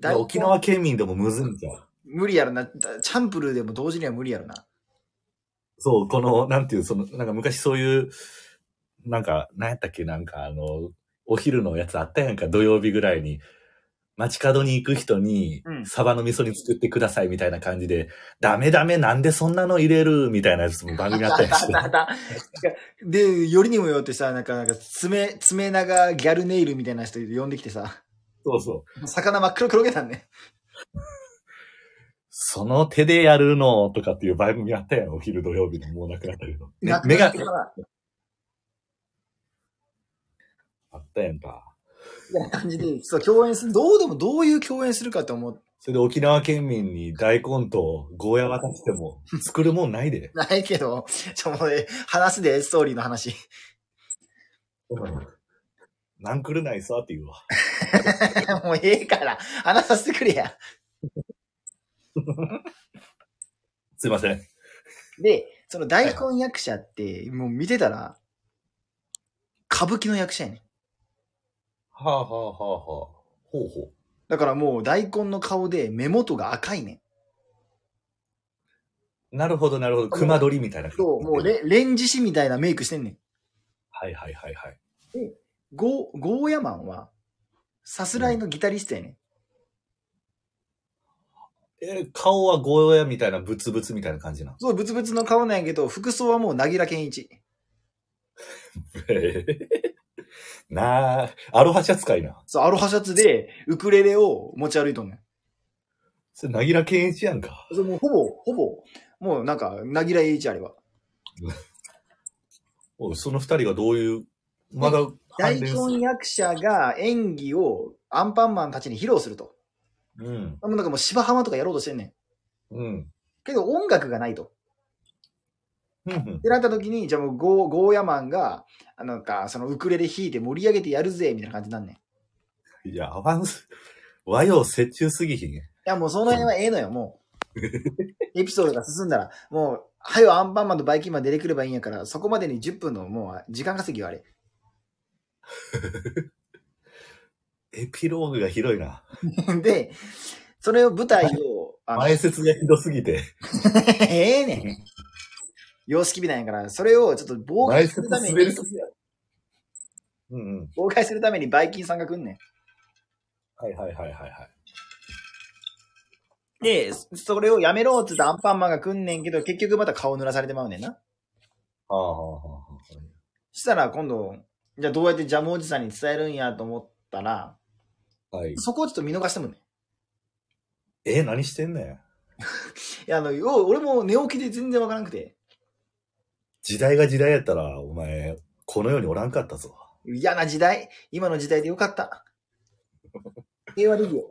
大や根沖縄県民でもむずいんじゃん。無理やろな。だチャンプルーでも同時には無理やろな。そう、この、なんていう、その、なんか昔そういう、なんか、なんやったっけ、なんかあの、お昼のやつあったやんか、土曜日ぐらいに。街角に行く人にう、んサバの味噌に作ってくださいみたいな感じで、ダメダメなんでそんなの入れるみたいなやつも番組あったや つ。だだで、よりにもよってさ、なんか、なんか爪、爪長ギャルネイルみたいな人呼んできてさ、そうそう。魚真っ黒黒げたんね。その手でやるのとかっていう番組あったやん、お昼土曜日のもうなくなったけど。ねな目が、みあったやんか。たいな感じで、そう、共演する、どうでもどういう共演するかと思う。それで沖縄県民に大根とゴーヤ渡しても、作るもんないで。ないけど、ちょ、もうね、話すで、ストーリーの話。なんくるないさって言うわ。 もうええから、話させてくれや。すいません。で、その大根役者って、もう見てたら、歌舞伎の役者やねんはあはあはあはあ。ほうほう。だからもう大根の顔で目元が赤いねん。なるほどなるほど。熊取りみたいな。そう、もうレレンジ師みたいなメイクしてんねん。はいはいはいはい。ゴー、ゴーヤマンは、さすらいのギタリストやねん。えー顔はゴーヤみたいなブツブツみたいな感じなの。そう、ブツブツの顔なんやけど、服装はもう、なぎら健一。へへ なあ、アロハシャツかいな。そう、アロハシャツで、ウクレレを持ち歩いとんねん。それ、なぎら健一やんか。そう、もうほぼ、ほぼ、もうなんか、なぎら栄一あれば。おいその二人がどういう、まだ大根役者が演技をアンパンマンたちに披露すると。うん。もうなんかもう芝浜とかやろうとしてんねん。うん。けど音楽がないと。うんってなった時に、じゃあもうゴーゴーヤマンが、あなんかそのウクレレ弾いて盛り上げてやるぜ、みたいな感じになんねん。いいや、アワンス、和洋折衷すぎひん。やもうその辺はええのよ、も う。エピソードが進んだら、もう、はよアンパンマンとバイキンマン出てくればいいんやから、そこまでに10分のもう時間稼ぎよ、あれ。 エピローグがひどいな。で、それを舞台を、あの前説がひどすぎて。ええねん。様式美なんやから、それをちょっと妨害するために、前説滑うんうん。妨害するためにバイキンさんが来んねん。はいはいはいはいはい。で、それをやめろって言ったアンパンマンが来んねんけど、結局また顔濡らされてまうねんな。ああ、はあ、はあ。したら今度、じゃあどうやってジャムおじさんに伝えるんやと思ったら、はい。そこをちょっと見逃してもんねん。いえ、何してんねん。や、あの、よう俺も寝起きで全然わからなくて、時代が時代やったら、お前、この世におらんかったぞ。嫌な時代、今の時代でよかった。平和でいいよ。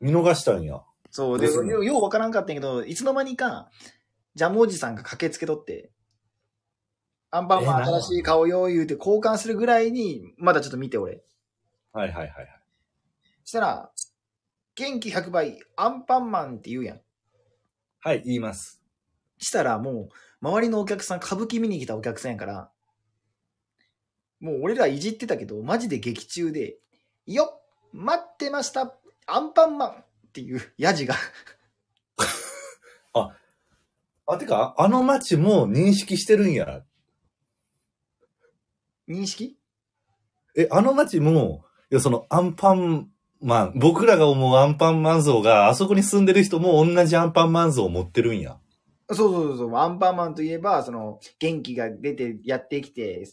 見逃したんや。そう、で、ですねよようわからんかったんやけど、いつの間にか、ジャムおじさんが駆けつけとって、アンパンマンえなん新しい顔よう言うて交換するぐらいに、まだちょっと見て俺。はいはいはいはい。したら、元気100倍、アンパンマンって言うやん。はい、言います。したらもう、周りのお客さん、歌舞伎見に来たお客さんやから、もう俺らいじってたけど、マジで劇中で、よっ待ってましたアンパンマンっていうヤジが、 あ、てか、あの街も認識してるんや。認識え、あの街も、いや、そのアンパンマン、僕らが思うアンパンマン像が、あそこに住んでる人も同じアンパンマン像を持ってるんや。そうそうそうそう、アンパンマンといえば、その、元気が出てやってきて、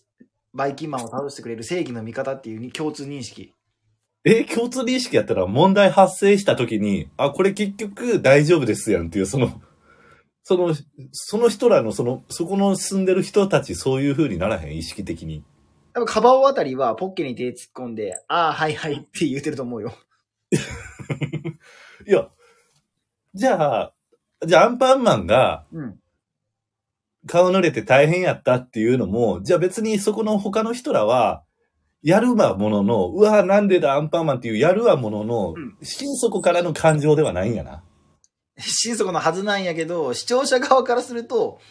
バイキンマンを倒してくれる正義の味方っていうに共通認識。え、共通認識やったら問題発生した時に、あ、これ結局大丈夫ですやんっていう、その、その、その人らの、その、そこの住んでる人たち、そういう風にならへん、意識的に。多分カバオあたりはポッケに手突っ込んで、ああ、はいはいって言ってると思うよ。いや、じゃあ、じゃあアンパンマンが、うん。顔濡れて大変やったっていうのも、じゃあ別にそこの他の人らは、やるはものの、うわ、なんでだ、アンパンマンっていうやるはもののうん、心底からの感情ではないんやな。 心底のはずなんやけど、視聴者側からすると、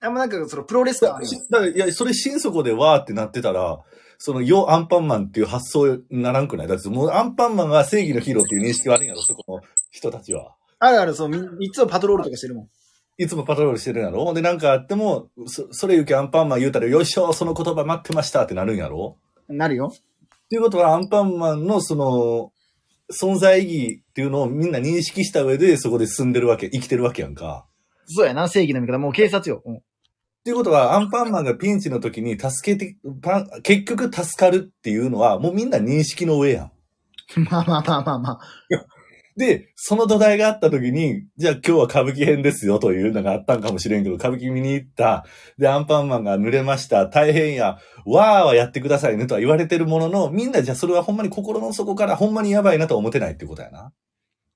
あんまなんかそのプロレスだラーのから、いや、それ心底でわーってなってたら、その、よ、アンパンマンっていう発想にならんくないだってもうアンパンマンが正義のヒーローっていう認識はあるんやろ、そこの人たちは。あるある、そう、みいつもパトロールとかしてるもん。いつもパトロールしてるんやろで、なんかあっても、そ、それゆきアンパンマン言うたら、よいしょ、その言葉待ってましたってなるんやろなるよ。っていうことは、アンパンマンのその、存在意義っていうのをみんな認識した上で、そこで進んでるわけ、生きてるわけやんか。そうやな、正義の味方。もう警察よ。うんっていうことは、アンパンマンがピンチの時に助けて、パン結局助かるっていうのは、もうみんな認識の上やん。 まあまあまあまあまあ。で、その土台があった時に、じゃあ今日は歌舞伎編ですよというのがあったんかもしれんけど、歌舞伎見に行った。で、アンパンマンが濡れました。大変や。わーはやってくださいねとは言われてるものの、みんなじゃあそれはほんまに心の底からほんまにやばいなとは思ってないっていうことやな。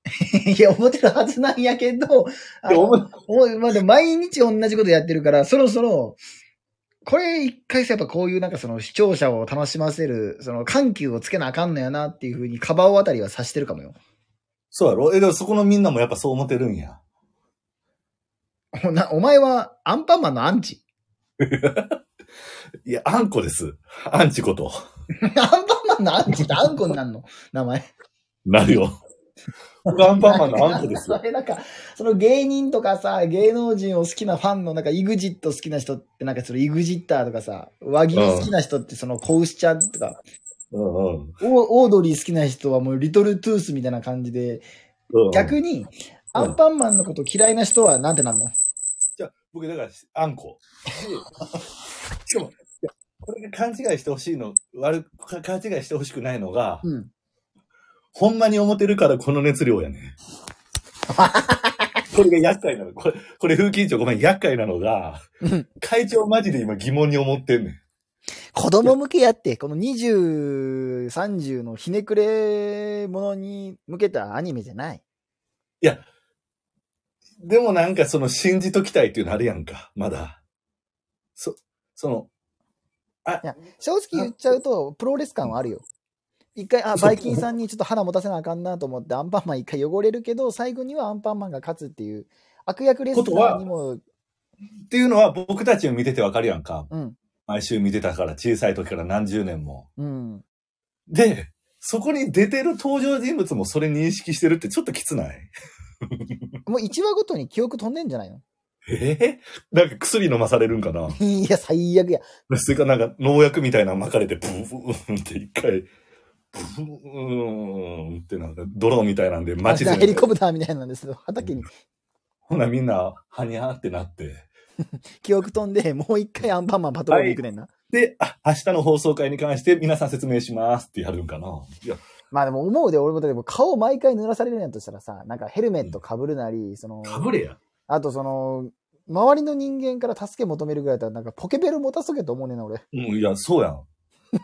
いや、思ってるはずなんやけ ど、あでの思思うまあ、でも毎日同じことやってるから、そろそろ、これ一回さ、やっぱこういうなんかその視聴者を楽しませる、その緩急をつけなあかんのやなっていうふうに、カバオあたりは察してるかもよ。 そうやろえ、でもそこのみんなもやっぱそう思ってるんや。おなお前はアンパンマンのアンチいや、あんこです。アンチこと。アンパンマンのアンチってアンコになるの名前。 なるよ。僕アンパンマンのあんこですそよ。れなんか、その芸人とかさ、芸能人を好きなファンの、なんか、イグジット好きな人って、なんかそのイグジッターとかさ、和牛好きな人って、そのコウシちゃんとか、うんうん。オーオードリー好きな人はもうリトルトゥースみたいな感じで、うん、逆に、アンパンマンのこと嫌いな人はなんてなんのじゃあ僕だから、あんこ。しかも、いやこれが勘違いしてほしいの、悪く、か勘違いしてほしくないのが、うん。 ほんまに思ってるからこの熱量やね。これが厄介なの。これ、これ、風紀委員長ごめん、厄介なのが、うん会長マジで今疑問に思ってんねん。子供向けやって、この20、30のひねくれものに向けたアニメじゃない。でもなんかその信じときたいっていうのあるやんか、まだ。そ、その、正直言っちゃうと、プロレス感はあるよ。一回、あ、そうバイキンさんにちょっと腹持たせなあかんなと思って、アンパンマン一回汚れるけど、最後にはアンパンマンが勝つっていう、悪役レスラーにも、っていうのは僕たちを見ててわかるやんか。うん、毎週見てたから、小さい時から何十年も。うん。で、そこに出てる登場人物もそれ認識してるってちょっときつないもう1話ごとに記憶飛んでんじゃないの えーなんか薬飲まされるんかないや、最悪や。それかなんか農薬みたいなの巻かれて、ブーンって一回、ブーンってなんか泥みたいなんで街あヘリで、コプターみたいなんですけど、畑にほなみんな、はにゃーってなって。記憶飛んで、もう一回アンパンマンパトロール行くねんな。で、あ、明日の放送会に関して皆さん説明しますってやるんかないや、まあでも思うで、俺もでも顔毎回濡らされるんやとしたらさ、なんかヘルメット被るなり、その、かぶれや。あとその、周りの人間から助け求めるぐらいだったら、なんかポケベル持たそけと思うねんな、俺。うん、いや、そうや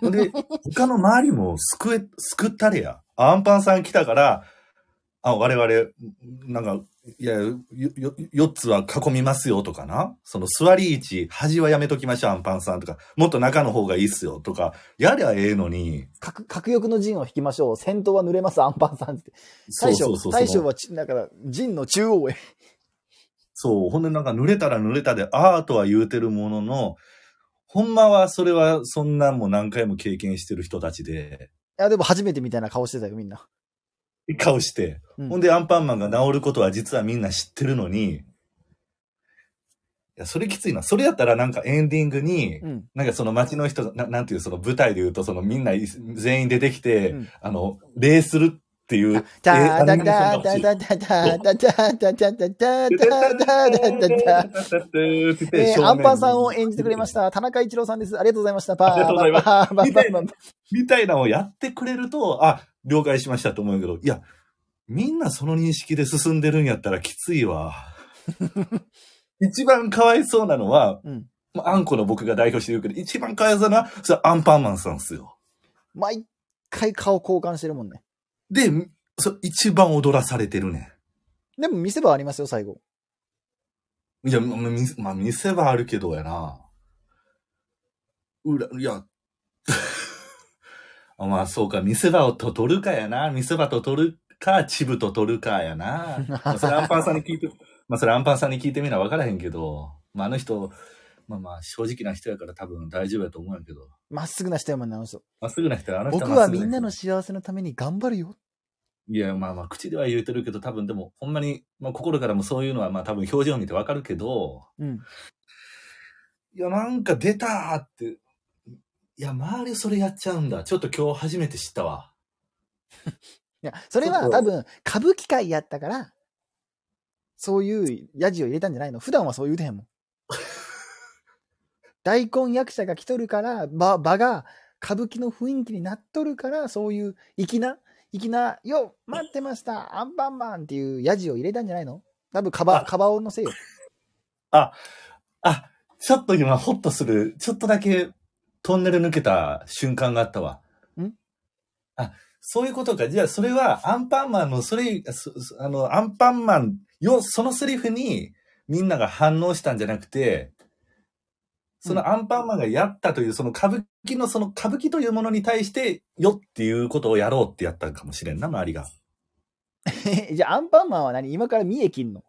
ん。で、他の周りも救え、救ったれや。アンパンさん来たから、あ、我々、なんか、いや、よ、よ、4つは囲みますよとかな。その座り位置、端はやめときましょう、アンパンさんとか、もっと中の方がいいっすよとか、やりゃええのに、核、核欲の陣を引きましょう。戦闘は濡れます、アンパンさんって。大将、大将はち、だから、陣の中央へ。そう、ほんでなんか濡れたら濡れたで、あーとは言うてるものの、ほんまはそれはそんなんも何回も経験してる人たちで、いや、でも初めてみたいな顔してたよ、みんな。 顔して、うんほんでアンパンマンが治ることは実はみんな知ってるのに、いや、それきついな。それやったらなんかエンディングに、うん。なんかその街の人がな、なんていうその舞台で言うと、そのみんない全員出てきて、うんあの、礼するっていう、たたたたたたたたたたたたたたた たた。えー、アンパンさんを演じてくれました。田中一郎さんです。ありがとうございました。パーありがとうございますパーパーパーパーパーみたいなのをやってくれると、あ、了解しましたと思うけど、いや、みんなその認識で進んでるんやったらきつ いわ。一番かわいそうなのは、うんまあ、あんこの僕が代表して言うけど、一番かわいそうなのは、それはアンパンマンさんですよ。毎回顔交換してるもんね。で、そ一番踊らされてるねでも見せ場ありますよ、最後。ん。いや、まあ、見せまあ、見せ場あるけどやな。うら、いや、 あまあそうか、見せ場をと取るかやな。見せ場と取るか、チブと取るかやな。まあ、それアンパンさんに聞いて、 まあ、それアンパンさんに聞いてみな分からへんけど、まあ、あの人、まあまあ、正直な人やから多分大丈夫やと思うんやけど、まっすぐな人やもんね、あの人。まっすぐな人やあの人僕はまっすぐみんなの人幸せのために頑張るよ。いや、まあまあ、口では言うてるけど、多分でも、ほんまに、まあ、心からもそういうのは、まあ、多分表情を見て分かるけど、うん。いや、なんか出たーって、いや、周りそれやっちゃうんだ。ちょっと今日初めて知ったわ。いや、それは多分、歌舞伎界やったから、そういうヤジを入れたんじゃないの普段はそう言うてへんもん。大根役者が来とるから、ば、場が歌舞伎の雰囲気になっとるから、そういう粋な、粋な、よ、待ってました、アンパンマンっていうヤジを入れたんじゃないの多分、カバ、あカバオのせいよ。 あ、ちょっと今、ホッとする、ちょっとだけトンネル抜けた瞬間があったわ。んあ、そういうことか。じゃあ、それは、アンパンマンの、それ、そそあの、アンパンマンよ、そのセリフに、みんなが反応したんじゃなくて、そのアンパンマンがやったという、その歌舞伎の、その歌舞伎というものに対して、よっていうことをやろうってやったんかもしれんな、周りが。じゃあ、アンパンマンは何今から三重切んの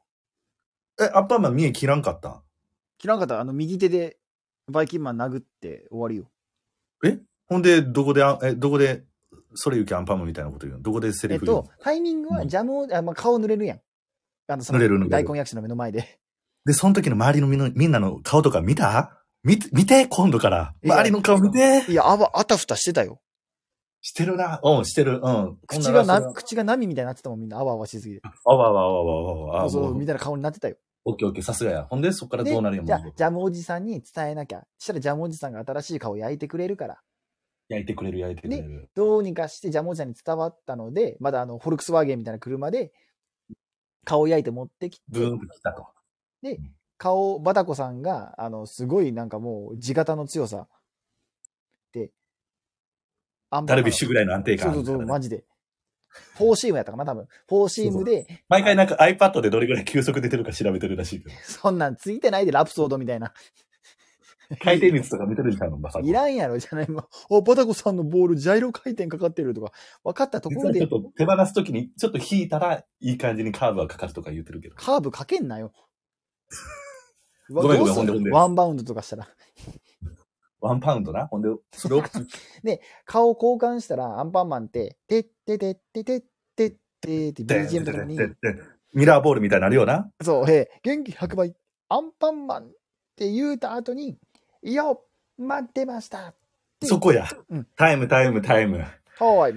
え、アンパンマン見え切らんかったん切らんかったら、あの、右手で、バイキンマン殴って終わりよ。ほんで、どこであ、え、どこで、それゆきアンパンマンみたいなこと言うのどこでセえリっフ言うの、と、タイミングはジャムを、あまあ、顔濡れるやん。あの、その濡れる濡れる大根役者の目の前で。 で、その時の周りのみのみんなの顔とか見た見て、見て、今度から。いや周りの顔見て。いや、あわ、あたふたしてたよ。してるな。うん、してる。うん。口がほんな、ら口が波みたいになってたもん、みんな。あわあわしすぎて。それあわあわあわあわあわあわあ。そう、もうみたいな顔になってたよ。オッケーオッケー、さすがや。ほんで、そっからでどうなるよ、じもゃあう。、ジャムおじさんに伝えなきゃ。したらジャムおじさんが新しい顔焼いてくれるから。焼いてくれる、焼いてくれる。どうにかしてジャムおじさんに伝わったので、まだあの、フォルクスワーゲンみたいな車で、顔焼いて持ってきて、ブーンと来たと。顔、バタコさんが、あの、すごいなんかもう、地形の強さ。で、アンダルビッシュぐらいの安定感あそるうかそらうね、そう、マジで。フォーシームやったかな、多分。フォーシームで、毎回なんか iPad でどれぐらい球速出てるか調べてるらしいけど。そんなんついてないで、ラプソードみたいな。回転率とか見てるんちゃうのバサコいらんやろ、じゃないもうお、バタコさんのボール、ジャイロ回転かかってるとか、分かったとこ実ろはちょでっ、と手放すときに、ちょっと引いたら、いい感じにカーブがかかるとか言ってるけど。カーブかけんなよ。うわ ごめんどごうめんすほんでほんでるワンバウンドとかしたら。ワンパウンドな。ほんで、それを、顔交換したら、アンパンマンって、てってってってってってってって、で BGM とかにで、ででミラーボールみたいになるよな。そう、えー元気100倍、アンパンマンって言うた後に、いや、待ってました。でそこやうん。タイム、タイム、タイム。ははい。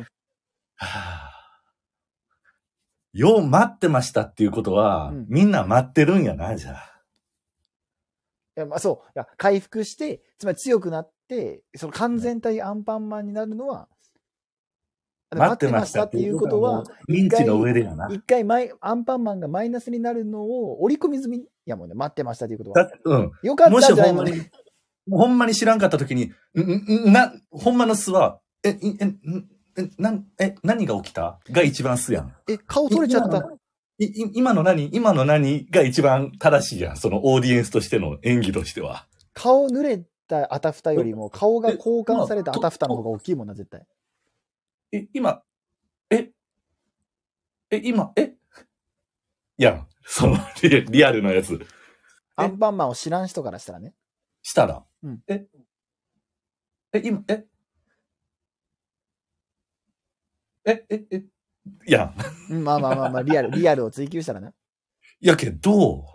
あよう待ってましたっていうことは、うんみんな待ってるんやな、じゃあ。いやまあそういや回復してつまり強くなってその完全体アンパンマンになるのは、待ってましたっていうことは、認知の上でやな。一回マイアンパンマンがマイナスになるのを織り込み済みやもんね待ってましたということだはってうん。よかっもたしんじゃなほいもんんまにね、ほんまに知らんかったときに、ん、ん、んな、ほんまの巣は、え、いえ、ん、え、なん、え、何が起きたが一番巣やん。え顔取れちゃったいい今の何今の何が一番正しいやん。そのオーディエンスとしての演技としては。顔濡れたあたふたよりも顔が交換されたあたふたの方が大きいもんな絶対え、今、え、え、今、え、やん。そのリリアルなやつ。アンパンマンを知らん人からしたらねしたら、うんえ、え、今、え、え、え、え、やん。うんまあまあまあまあリアルリアルを追求したらなやけど、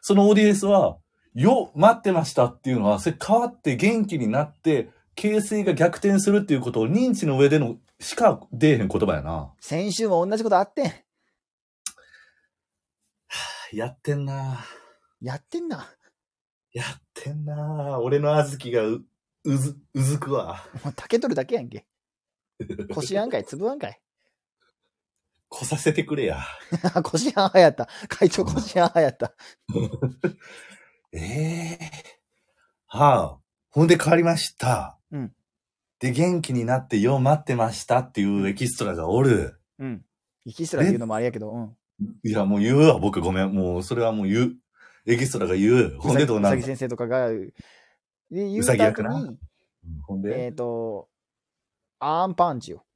そのオーディエンスは、よ、待ってましたっていうのは、それ変わって元気になって、形勢が逆転するっていうことを認知の上でのしか出えへん言葉やな。先週も同じことあってんやってんなやってんなやってんな俺の小豆がう、うず、うずくわ。もう竹取るだけやんけ。腰あんかい、粒あんかい。 来させてくれや。腰あんはやった。会長腰あんはやった。ええはあ。ほんで変わりました。うん。で、元気になってよ、待ってましたっていうエキストラがおる。うん。息すら言うのもあれやけど、うん。いや、もう言うわ、僕ごめん。もう、それはもう言う。エキストラが言う。ほんでどううなさるぎの先生とかが、で、言ううさぎた役後なに、ほんで、えっ、と、アーンパンチよ。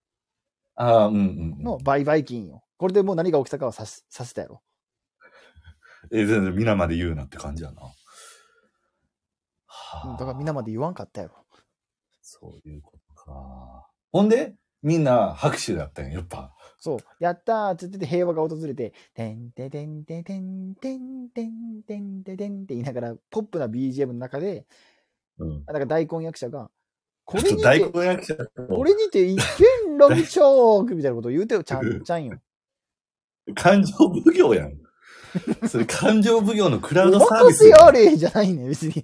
ああ、うんうんうんの。売買金よ。これでもう何が起きたかはさすさせたやろ。え、全然皆まで言うなって感じやな。うはんだからみんなまで言わんかったやろ。そういうことか。ほんで、みんな拍手だったんや、やっぱ。そう、やったーっつってて平和が訪れて、てんててんててんてんてんてんてんてんって言いながら、ポップな BGM の中で、うん。あなんか大根役者が、こちょれっにてと大根役者と俺にて一見ラブチョークみたいなこと言うてよ、ちゃんちゃん よ。感情奉行やん。それ感情奉行のクラウドサービ任スせやん。あれじゃないね、 別に。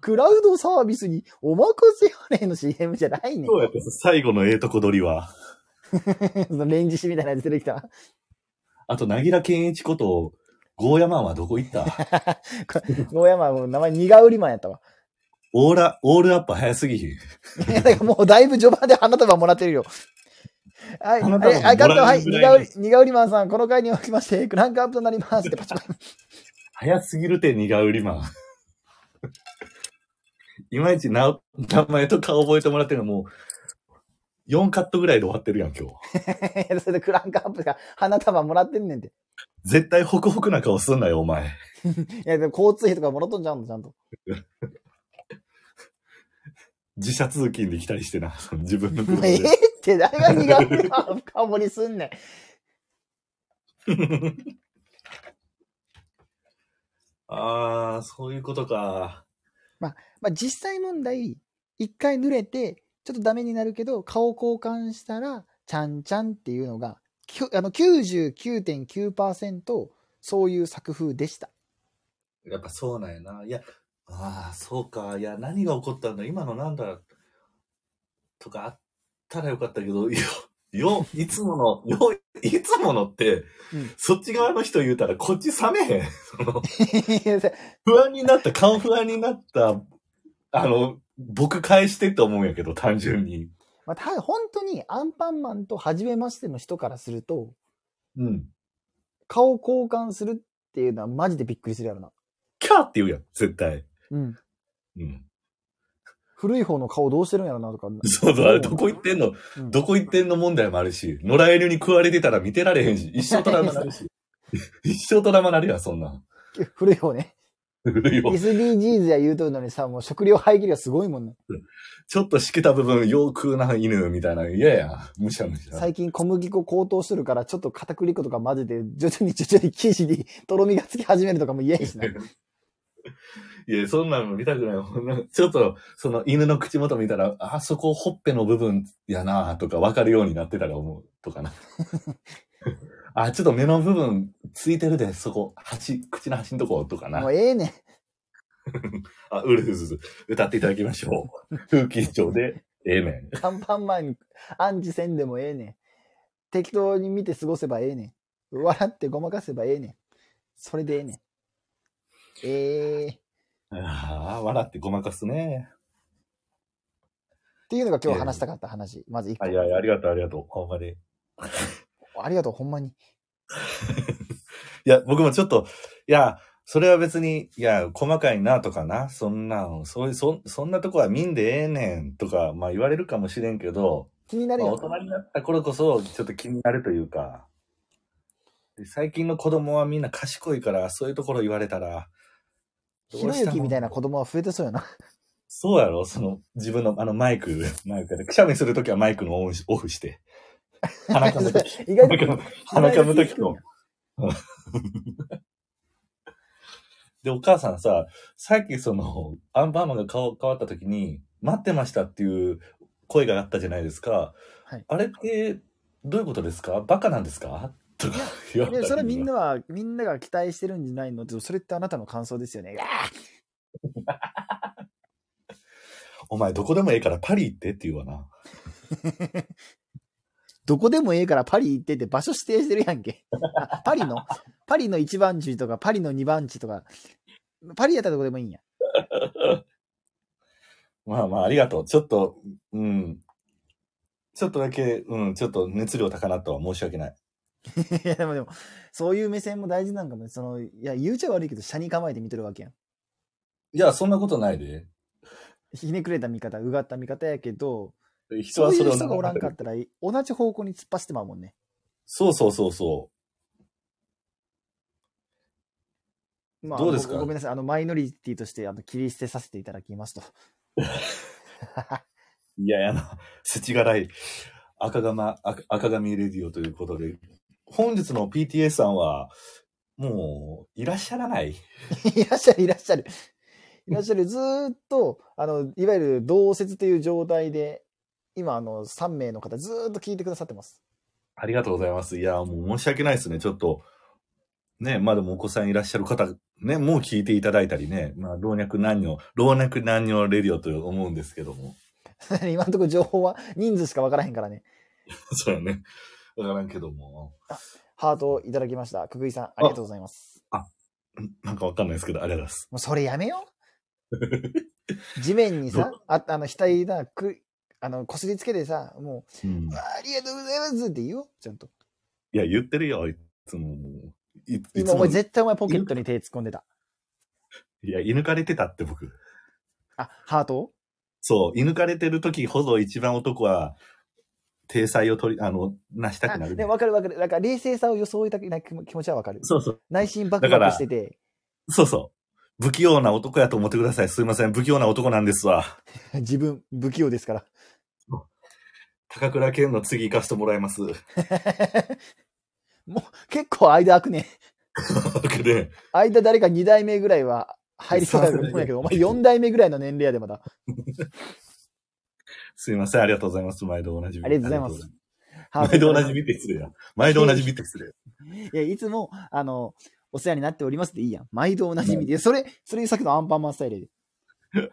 クラウドサービスにお任せあれの CM じゃないね。そうやっぱ最後のええとこ取りは。 そのレンジ誌みたいなやつ出てきたら。あと、なぎら健一こと、ゴーヤマンはどこ行ったゴーヤマンも名前苦売りマンやったわ。 オーラ、オールアップ早すぎひん。いやだからもうだいぶ序盤で花束もらってるよ。はい、花束もはい、はい、カット、はい、苦もらえ売るぐらいり、苦売りマンさん、この回におきまして、クランクアップとなりますってパチパチ。 早すぎるて、苦売りマン。 いまいちな、名前と顔覚えてもらってるのもう、4カットぐらいで終わってるやん、今日。それでクランクアップが花束もらってんねんて。絶対ホクホクな顔すんなよ、お前。いや、でも交通費とかもらっとんじゃうんのちゃんと。自社通勤で来たりしてな、 その自分の車 もうええっで。て、誰が苦売りマン深掘りすんね ん。 ああ、そういうことか。まあ、実際問題、一回濡れて、ちょっとダメになるけど、顔交換したら、ちゃんちゃんっていうのが、きゅあの99.9%そういう作風でした。やっぱそうなんやな。いや、ああ、そうか。いや、何が起こったんだ今のなんだとかあったらよかったけど、いや、 よ、いつもの、よ、いつものって、うん そっち側の人言うたらこっち冷めへん。そのいやそ不安になった、顔不安になった、あの、僕返してって思うんやけど、単純に。まあ、た本当にアンパンマンと初めましての人からすると、うん。顔交換するっていうのはマジでびっくりするやろな。キャーって言うやん、絶対。うん。うん。古い方の顔どうしてるんやろなとか。そうそう、あれどこ行ってんのうん どこ行ってんの問題もあるし、野良犬に食われてたら見てられへんし、一生トラウマな るし。一生トラウマなるやん、そんなん。古い方ね。古いよ SDGs や言うとるのにさ、もう食料配給量すごいもんね。ちょっとしけた部分、よくな犬みたいな。嫌やや。むしゃむしゃ。最近小麦粉高騰してるから、ちょっと片栗粉とか混ぜて、徐々に徐々に生地にとろみがつき始めるとかも嫌やしな。いや、そんなの見たくないもんな。ちょっと、その犬の口元見たら、あそこほっぺの部分やなとか分かるようになってたら思う。と かな。あ、ちょっと目の部分ついてるで、そこ。端、口の端のとことか なもう。ええねん。あ、ウルフズ、歌っていただきましょう。 風紀長で、ええねん。アンパンマンにアンチせんでもええねん。適当に見て過ごせばええねん。笑ってごまかせばええねん。それでええねん。ええああ、笑ってごまかすね。っていうのが今日話したかった話。まず一個。あいやいや、ありがとう、ありがとう。ほんまに。いありがとう、ほんまに。や、僕もちょっと、いや、それは別に、いや、細かいなとかな、そんなん、そういう、そそんなとこは見んでええねんとか、まあ言われるかもしれんけど、気になるまあよ大。人になった頃こそ、ちょっと気になるというか、で最近の子供はみんな賢いから、そういうところ言われたら、ひろゆきみたいな子供は増えてそうやな。そうやろその、自分の、あの、マイク、 マイクで、くしゃみするときはマイクのオンしオフして。鼻かむとき。 意外鼻かとむ。鼻かむと意き外とと。で、お母さんさ、さっきその、アンパンマンが顔変わったときに、待ってましたっていう声があったじゃないですか。はいあれって、どういうことですかバカなんですかとか言われいやた。それはみんな。は、みんなが期待してるんじゃないのって、それってあなたの感想ですよね。いやお前どこでもええからパリ行ってって言うわな。どこでもええからパリ行ってって場所指定してるやん け。あパリの、パリの1番地とか、パリの2番地とか、パリやったらどこでもいいんや。 まあまあ、ありがとう。ちょっと、うん。ちょっとだけ、うん、ちょっと熱量高なとは申し訳ない。いや、でもでも、そういう目線も大事なんかもね。その、いや、言うちゃ悪いけど、車に構えて見てるわけやん。いや、そんなことないで。ひねくれた見方、うがった見方やけど、人そはうそいれうを人がおらんかったら、同じ方向に突っ走ってまうもんね。そうそうそうそまどうですかごごめんなさい。あの、マイノリティとして、あの、切り捨てさせていただきますと。う。いやい やな、世知辛い赤釜、赤赤髪レディオということで、本日の PTA さんは、もう、いらっしゃらない。 いらっしゃる、いらっしゃる。いらっしゃる。ずーっと、あの、いわゆる同説という状態で、今、あの、3名の方、ずーっと聞いてくださってます。 ありがとうございます。いや、もう申し訳ないですね。ちょっと、ね、まあでもお子さんいらっしゃる方、ね、もう聞いていただいたりね、まあ、老若男女、老若男女レディオと思うんですけども。 今のところ情報は人数しかわからへんからね。そうやね。わからんけども。ハートをいただきました。くぐいさん、ありがとうございます。んなんかわかんないですけど、ありがとうございます。もうそれやめよ う。地面にさ、ああの、額だ、く、あの、こすりつけてさ、もうんう、ありがとうございますって言おう。ちゃんと。いや、言ってるよ、いつも。いいつ今、おも前絶対お前ポケットに手突っ込んでた。いや、射抜かれてたって僕。あ、ハートをそう、射抜かれてる時ほど一番男は、体裁を取り、あの、なしたくなある、でもわかるわかる。なんか冷静さを装いたくない気持ちはわかる。そうそう。内心バクバクしてて。 そうそう。不器用な男やと思ってください。すいません。不器用な男なんですわ。自分、不器用ですから。 高倉健の次行かせてもらいます。もう、結構間空くね。で、間誰か2代目ぐらいは入りそうだと思うんやけど、お前4代目ぐらいの年齢やでまだ。すいません。ありがとうございます。毎度おなじみ。ありがとうございます。ハー 毎度おなじいみって失礼や。毎度おなじみって失礼や、や。いつも、あの、お世話になっておりますでいいやん。毎度おなじみで。それ、それさっきのアンパンマンスタイルやで。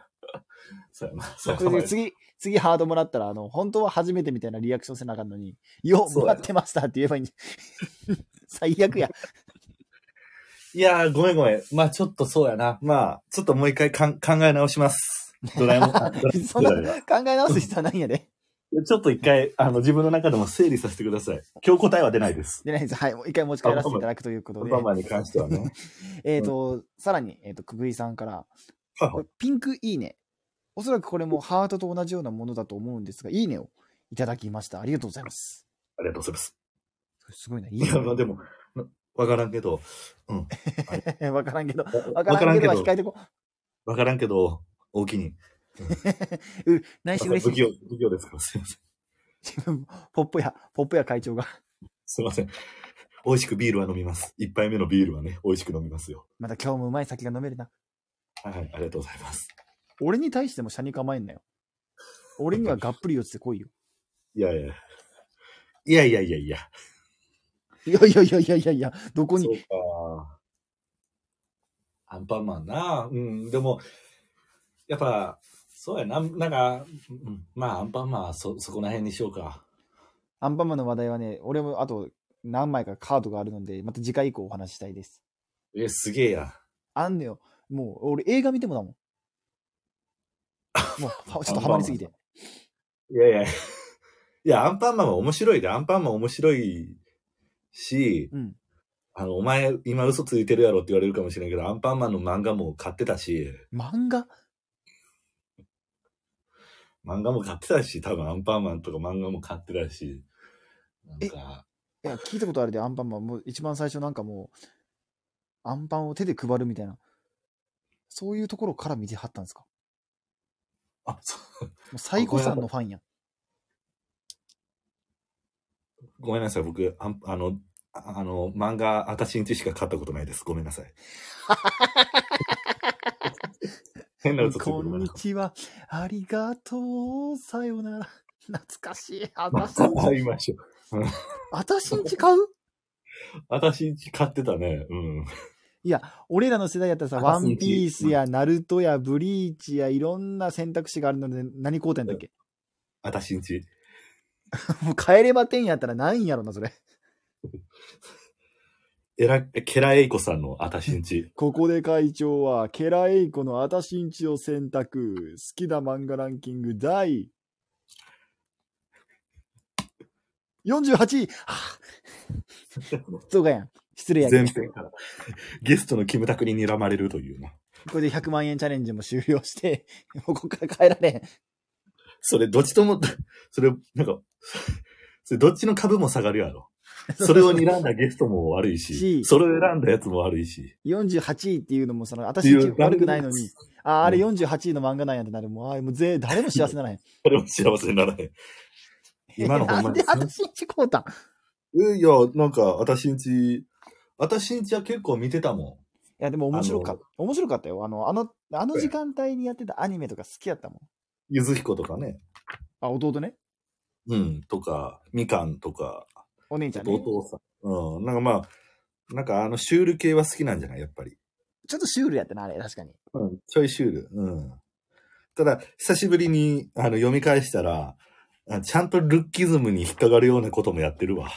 そうやな。 そうやそれなで次、次ハードもらったら、あの、本当は初めてみたいなリアクションせなあかんのに、よう、そうもやらなってましたって言えばいいんじ ゃ最悪 や。いやー、ごめんごめん。まあちょっとそうやな。まあちょっともう一回かん考え直します。ド ラえもん。ドラそんなドラえもん考え直す必要はないんやで。ちょっと一回、あの、自分の中でも整理させてください。今日答えは出ないです。でないです。はい。もう一回持ち帰らせていただくということでバン。バンに関してはね。えっと、さらに、えっと、くぐいさんから、はいこれピンクいいね。おそらくこれもハートと同じようなものだと思うんですが、いいねをいただきました。ありがとうございます。ありがとうございます。すごいな。いいいや、まあね。でも、なわからんけど、うん。 わからんけど、わわからんけどはわ控えてこからんけど、大きに。う。う、内心嬉不しい。器用、不器用ですから、すいません。自分、ポップや、ポップや会長が。すいません。 美味しくビールは飲みます。一杯目のビールはね、美味しく飲みますよ。また今日もうまい酒が飲めるな。はい、はい、ありがとうございます。俺に対しても車に構えんなよ。俺にはがっぷり四つで来いよ。いやいや。いやいやいやいや。いやいやいやいやいやいや、どこそに。うか。アンパンマンな。うん。でも、やっぱ、そうやな。なんか、うんまあ、アンパンマンはそ、そこら辺にしようか。アンパンマンの話題はね、俺もあと何枚かカードがあるので、また次回以降お話ししたいです。え、すげえや。あんのよ。もう、俺映画見てもだもん。もう、はちょっとハマりすぎて。いやいや。いや、アンパンマンは面白いで、アンパンマン面白いし、うん。あの、お前、今嘘ついてるやろって言われるかもしれんけど、アンパンマンの漫画も買ってたし、漫画漫画も買ってたし、多分アンパンマンとか漫画も買ってたし、なんか、いや、聞いたことあるで、アンパンマン。もう一番最初なんかもう、アンパンを手で配るみたいな。そういうところから見てはったんですかもあ、そうう最古さんのファンやん。ごめんなさい、僕、あんあの、ああの、漫画、私んちしか買ったことないです。ごめんなさ い。変な嘘ついてこごめんんなにさい。ちは。ありがとう。さよなら。懐かしい。あまたし、た買いましょう。あたしんち買う私んち買ってたね。うん。俺らの世代やったら さ、ワ私んちンピースや、ナルトや、ブリーチや、いろんな選択肢があるので、何買うてんだっけ私んち。もう帰れば天やったらないんやろな、 それ。えら、ケラエイコさんの私んち。ここで会長は、ケラエイコのあたしんちを選択。好きな漫画ランキング第48位。は ぁそうかやん。失礼やけど前編から。ゲストのキムタクに睨まれるというな。これで100万円チャレンジも終了して、 もうここから帰られん。それ、どっちとも、 それ、なんか、それどっちの株も下がるやろ。それを睨んだゲストも悪い しし、それを選んだやつも悪いし。 48位っていうのも、その、って私いたちう番悪組くないのに、。あーあれう48位の漫画なんやってなる。もう、あーもうぜ、誰も幸せならへん。それも幸せにならへ ん。今のほんなまんにで。私んちこうたんいえいや、なんか、私んち、私んちは結構見てたもや、でも面白かっあた。面白かったよ。あの、あの、あの時間帯にやってたアニメとか好きやったもん。ん。ゆずひことかね。あ、弟ね。うん、とか、みかんとか、お姉ちゃおんね。父さん。うん、なんかまあ、なんかあの、シュール系は好きなんじゃないやっぱり。ちょっとシュールやったな、あれ。確かに。うん、ちょいシュール。うん。ただ、久しぶりにあの読み返したら、あちゃんとルッキズムに引っかかるようなこともやってるわ。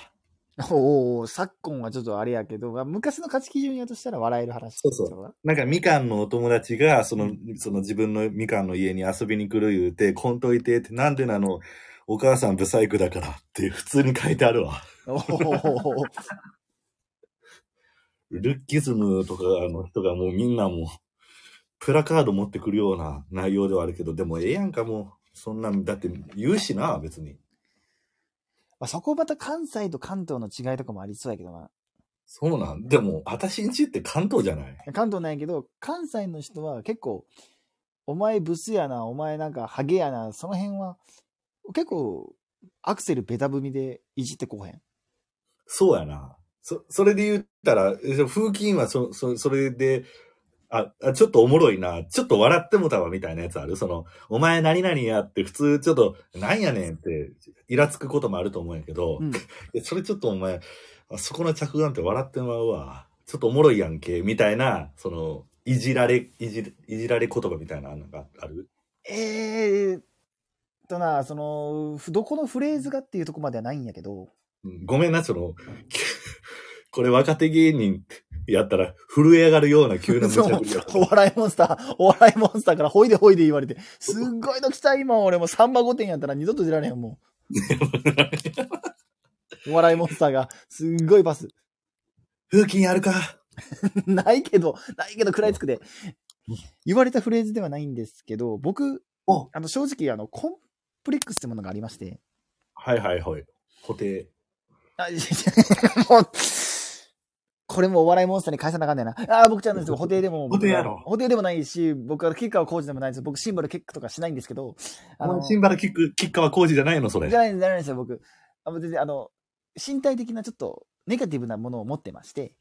おうおう昨今はちょっとあれやけど、まあ昔の価値基準やとしたら笑える話。。そうそうなんかみかんのお友達が、その、その自分のみかんの家に遊びに来る言うて、こんといてって、なんでなの、お母さんブサイクだからって普通に書いてあるわ。おお。ルッキズムとかの人がもうみんなもう、プラカード持ってくるような内容ではあるけど、でもええやんかもう、そんなん、だって言うしな、別に。 まあ、そこまた関西と関東の違いとかもありそうやけどな。そうなん。でも、私んちって関東じゃない関東ないけど、関西の人は結構、お前ブスやな、お前なんかハゲやな、その辺は、結構、アクセルベタ踏みでいじってこうへん。そうやな。そ、それで言ったら、えじゃあ風紀委員はそ、そ、それで、あ、あちょっとおもろいな、ちょっと笑ってもたわ、みたいなやつあるその、お前何々やって普通ちょっと、なんやねんって、イラつくこともあると思うんやけど、うんいやそれちょっとお前、あそこの着眼って笑ってまうわ。ちょっとおもろいやんけ、みたいな、その、いじられ、いじ、いじられ言葉みたいな、なんかあるえー、とな、その、ふどこのフレーズがっていうとこまではないんやけど、うんごめんな、その、 きゅこれ若手芸人やったら震え上がるような急な無茶ぶりやったお笑いモンスター、お笑いモンスターからほいでほいで言われて、すっごいの来た今俺もうサンマ御殿やったら二度と出られへ んもん。お笑いモンスターがすっごいパス。 風景あるかないけど、ないけど食らいつくで。言われたフレーズではないんですけど、僕お、あの正直あの、コンプレックスってものがありまして、はいはいはい。固定。あ、いやいやもう、これもお笑いモンスターに返さなあかんねんな。ああ、僕ちゃんですよ。補定でも。布袋やろ補定でもないし、僕はキッカーコーチでもないです。僕シンバルキックとかしないんですけど。あの、シじンバルキック、キッカーは工事じゃないのそれ。ゃないんですじゃないんですよ、僕。あの全然、あの、身体的なちょっとネガティブなものを持ってまして、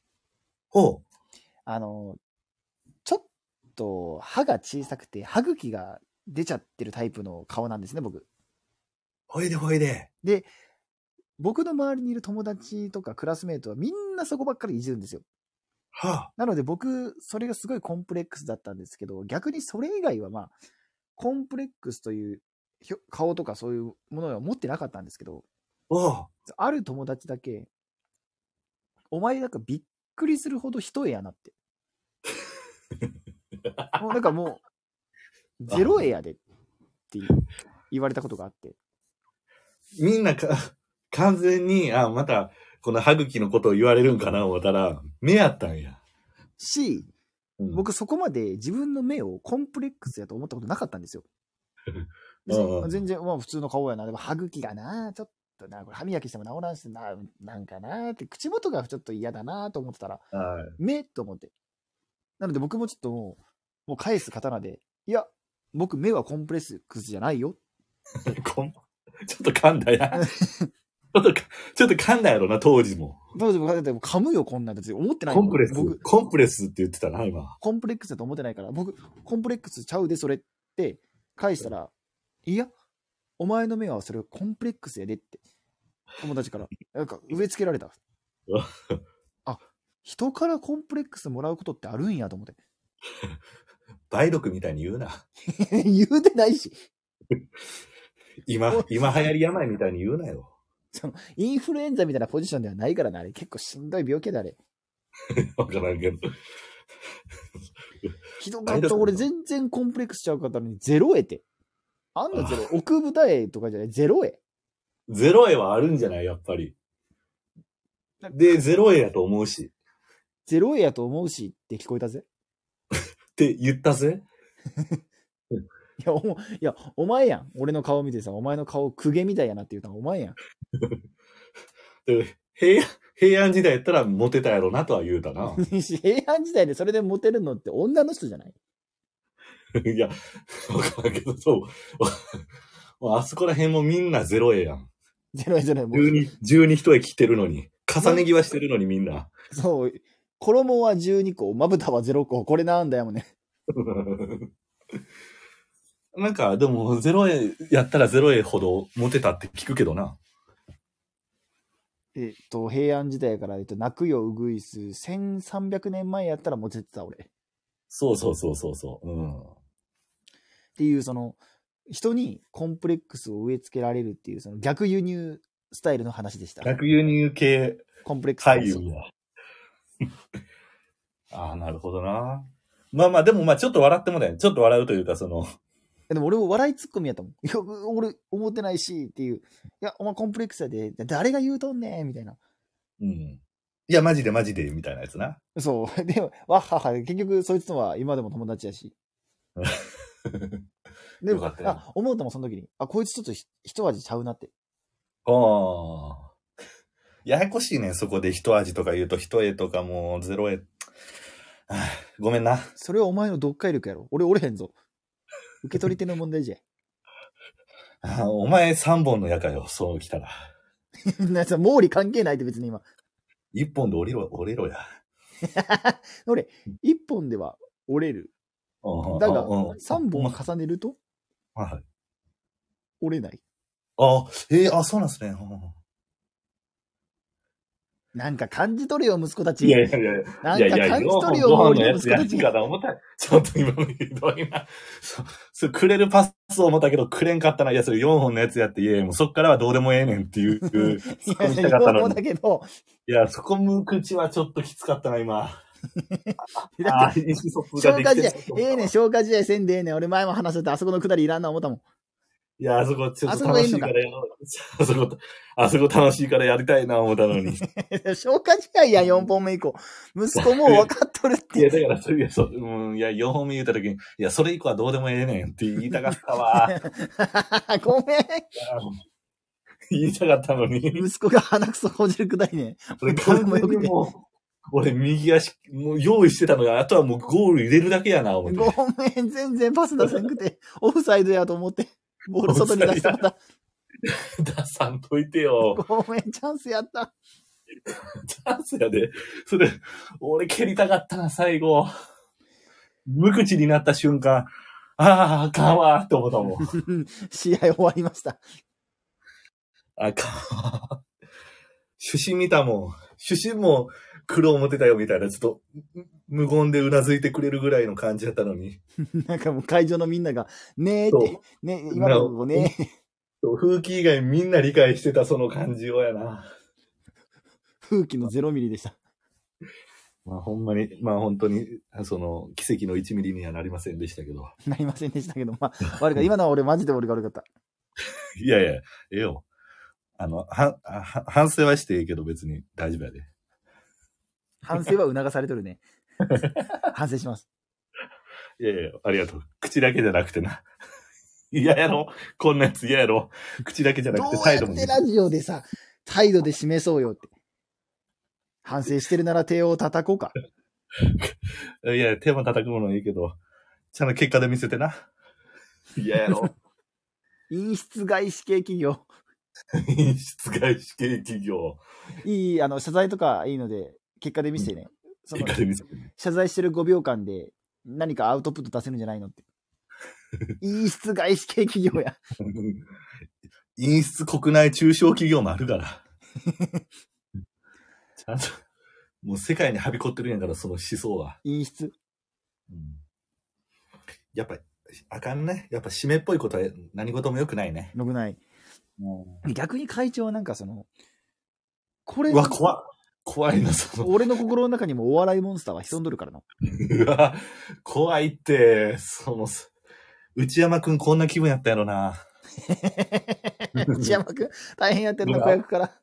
ほあの、ちょっと歯が小さくて歯茎が出ちゃってるタイプの顔なんですね、僕。う。ほいでほいで。僕の周りにいる友達とかクラスメートはみんなそこばっかりいじるんですよ。はあ。なので僕、それがすごいコンプレックスだったんですけど、逆にそれ以外はまあ、コンプレックスというひょ顔とかそういうものは持ってなかったんですけど、おう。ある友達だけ、お前なんかびっくりするほど一重やなって。もうなんかもう、ゼロエやでって言われたことがあって。みんなか、 完全に、あ、また、この歯茎のことを言われるんかな思ったら、目やったんや。し、うん、僕そこまで自分の目をコンプレックスやと思ったことなかったんです よ。別うんうにん全然、まあ普通の顔やな。でも歯茎がな、ちょっとな、これ歯磨きしても治らんしな、なんかなって、口元がちょっと嫌だなと思ってたら、はい目と思って。なので僕もちょっともう、もう返す刀で、いや、僕目はコンプレックスじゃないよ。 こんちょっと噛んだ や。ちょっとか、ちょっと噛んだやろな、当時も。どうでもだってもう噛むよ、こんなん別に思ってないコもんンプレス僕、、コンプレスって言ってたな、今。コンプレックスだと思ってないから、僕、コンプレックスちゃうで、それって、返したら、いや、お前の目はそれコンプレックスやでって、友達から、なんか植え付けられたうわ。あ、人からコンプレックスもらうことってあるんやと思って。 梅毒みたいに言うな。言うてないし、今、今流行り病みたいに言うなよ。 インフルエンザみたいなポジションではないからな、あれ。結構しんどい病気だ、あれ。わからんけど。ひどかった。俺全然コンプレックスちゃうかったのに、ゼロえって。あんのゼロ。奥舞台とかじゃない、ゼロえ。ゼロ絵はあるんじゃないやっぱり。で、ゼロ絵やと思うし。ゼロえやと思うしって聞こえたぜ。って言ったぜ。いや、おも、いや、お前やん。俺の顔見てさ、お前の顔、公家みたいやなって言うたの、お前やん。 で平安、平安時代やったらモテたやろなとは言う たな。平安時代でそれでモテるのって女の人じゃないいや、わからんけど、そう。 もうあそこら辺もみんなゼロ絵やん。ゼロ円じゃない。もう十二、十二一絵着てるのに。重ね着はしてるのにみんな。 そう。衣は12個、まぶたは0個、これなんだよもんね。なんか、でも、ゼロ絵やったらゼロ絵ほどモテたって聞くけどな。えっと、平安時代から、えっと、泣くよ、うぐいす、1300年前やったらモテてた、俺。っそうそうそうそうそう。うん。ていう、その、人にコンプレックスを植え付けられるっていう、その逆輸入スタイルの話でした。逆輸入系コンプレックス。俳優は。 ああ、なるほどな。まあまあ、でもまあ、ちょっと笑ってもね、ちょっと笑うというか、その、いやでも俺も笑いツッコミやと思う。いや、俺思ってないしっていう。いや、お前コンプレックスやで、誰が言うとんねんみたいな。うん。いや、マジでマジで、みたいなやつな。そう。 でも、わっはっは、結局そいつとは今でも友達や し。でよも、かったよあ、思うともその時に、あ、こいつちょっとひ一味ちゃうなって。ああ。ややこしいねん、そこで一味とか言うと、一重とかもう、ゼロ絵。ああ ごめんな。 それはお前の読解力やろ。俺折れへんぞ。受け取り手の問題じゃ。 ああお前三本の矢かよ、そう来たら。なさ、毛利関係ないって別に今。 一本で降りろ、降りろや。俺、一本では折れる。うんだがうんうん、三本ま重ねるとはい。折れない。ああ、ええあ、そうなんですね。うんなんか感じ取れよ、息子たち。いやいやいや。ないやんいかや感じ取れよ、ご飯の俺のや息つ子やたりち。方思った。 ちょっと今のひどいな。そう、そうくれるパスを思ったけど、くれんかったな。いや、それ4本のやつやって、いやいやもうそっからはどうでもええねんってい う、ツッコミしたかったのそうに。だけど、いや、そこ向く口はちょっときつかったな、 今。だあっあ、意思疎通てが消で化き試て合、ええねん、消化試合せんでええねん。俺前も話してた、あそこのくだりいらんな思ったもん。いや、あそこちょあっそとこが楽いいしのいかからやろう。あそこ、あそこ楽しいからやりたいな、思ったの に。い消化試合やん、4本目以降。息子もう分かっとるって。や、だから、そういや、そう、うん、いや、4本目言った時に、いや、それ以降はどうでもええねんって言いたかっ たわ。ごめん。言いたかったのに。息子が鼻くそほじるくだりね。俺完全にもう、俺右足、もう用意してたのが、あとはもうゴール入れるだけやな、思って。ごめん、全然パス出せんくて、オフサイドやと思って、ボール外に出してまた。出さんといてよ。ごめん、チャンスやった。チャンスやで。それ、俺蹴りたかったな、最後。無口になった瞬間、ああ、あかんわ、って思ったもん。試合終わりました。あかん。主審見たもん。主審も苦労持てたよみたいな、ちょっと無言でうなずいてくれるぐらいの感じだったのに。なんかもう会場のみんなが、ねえっそうて、ねえ、今のとこねえ、そう風紀以外みんな理解してたその感じをやな。風紀のゼロミリでした。まあほんまに、まあ本当に、その奇跡の1ミリにはなりませんでしたけど。なりませんでしたけど、まあ、悪かった。今のは俺マジで俺が悪かった。 いやいや、ええよ。あの、は、は反省はしてええけど別に大丈夫やで。反省は促されとる ね。反省します。いやいや、ありがとう。口だけじゃなくてな。 嫌やろこんなやつ嫌やろ口だけじゃなどくうてや態度もっねてラジオでさ、態度で示そうよって。反省してるなら手を叩こうか。いや、手も叩くものいいけど、ちゃんと結果で見せてな。いややろ。陰質外資系企業。 品質外資系企業。いい、あの、謝罪とかいいので、結果で見せてね。そ結の果で見せて。謝罪してる5秒間で何かアウトプット出せるんじゃないのって。陰質外資系企業や。品質国内中小企業もあるから。ちゃんと、もう世界にはびこってるんやから、その思想は。陰質。やっぱ、あかんね。やっぱ締めっぽいことは何事も良くないね。のくない。逆に会長はなんかその、これう、わ、怖っ怖いな、その 俺の心の中にもお笑いモンスターは潜んどる からな。うわ、怖いって、その、す内山くんこんな気分やったやろな。内山くん、大変やってるな、子役から。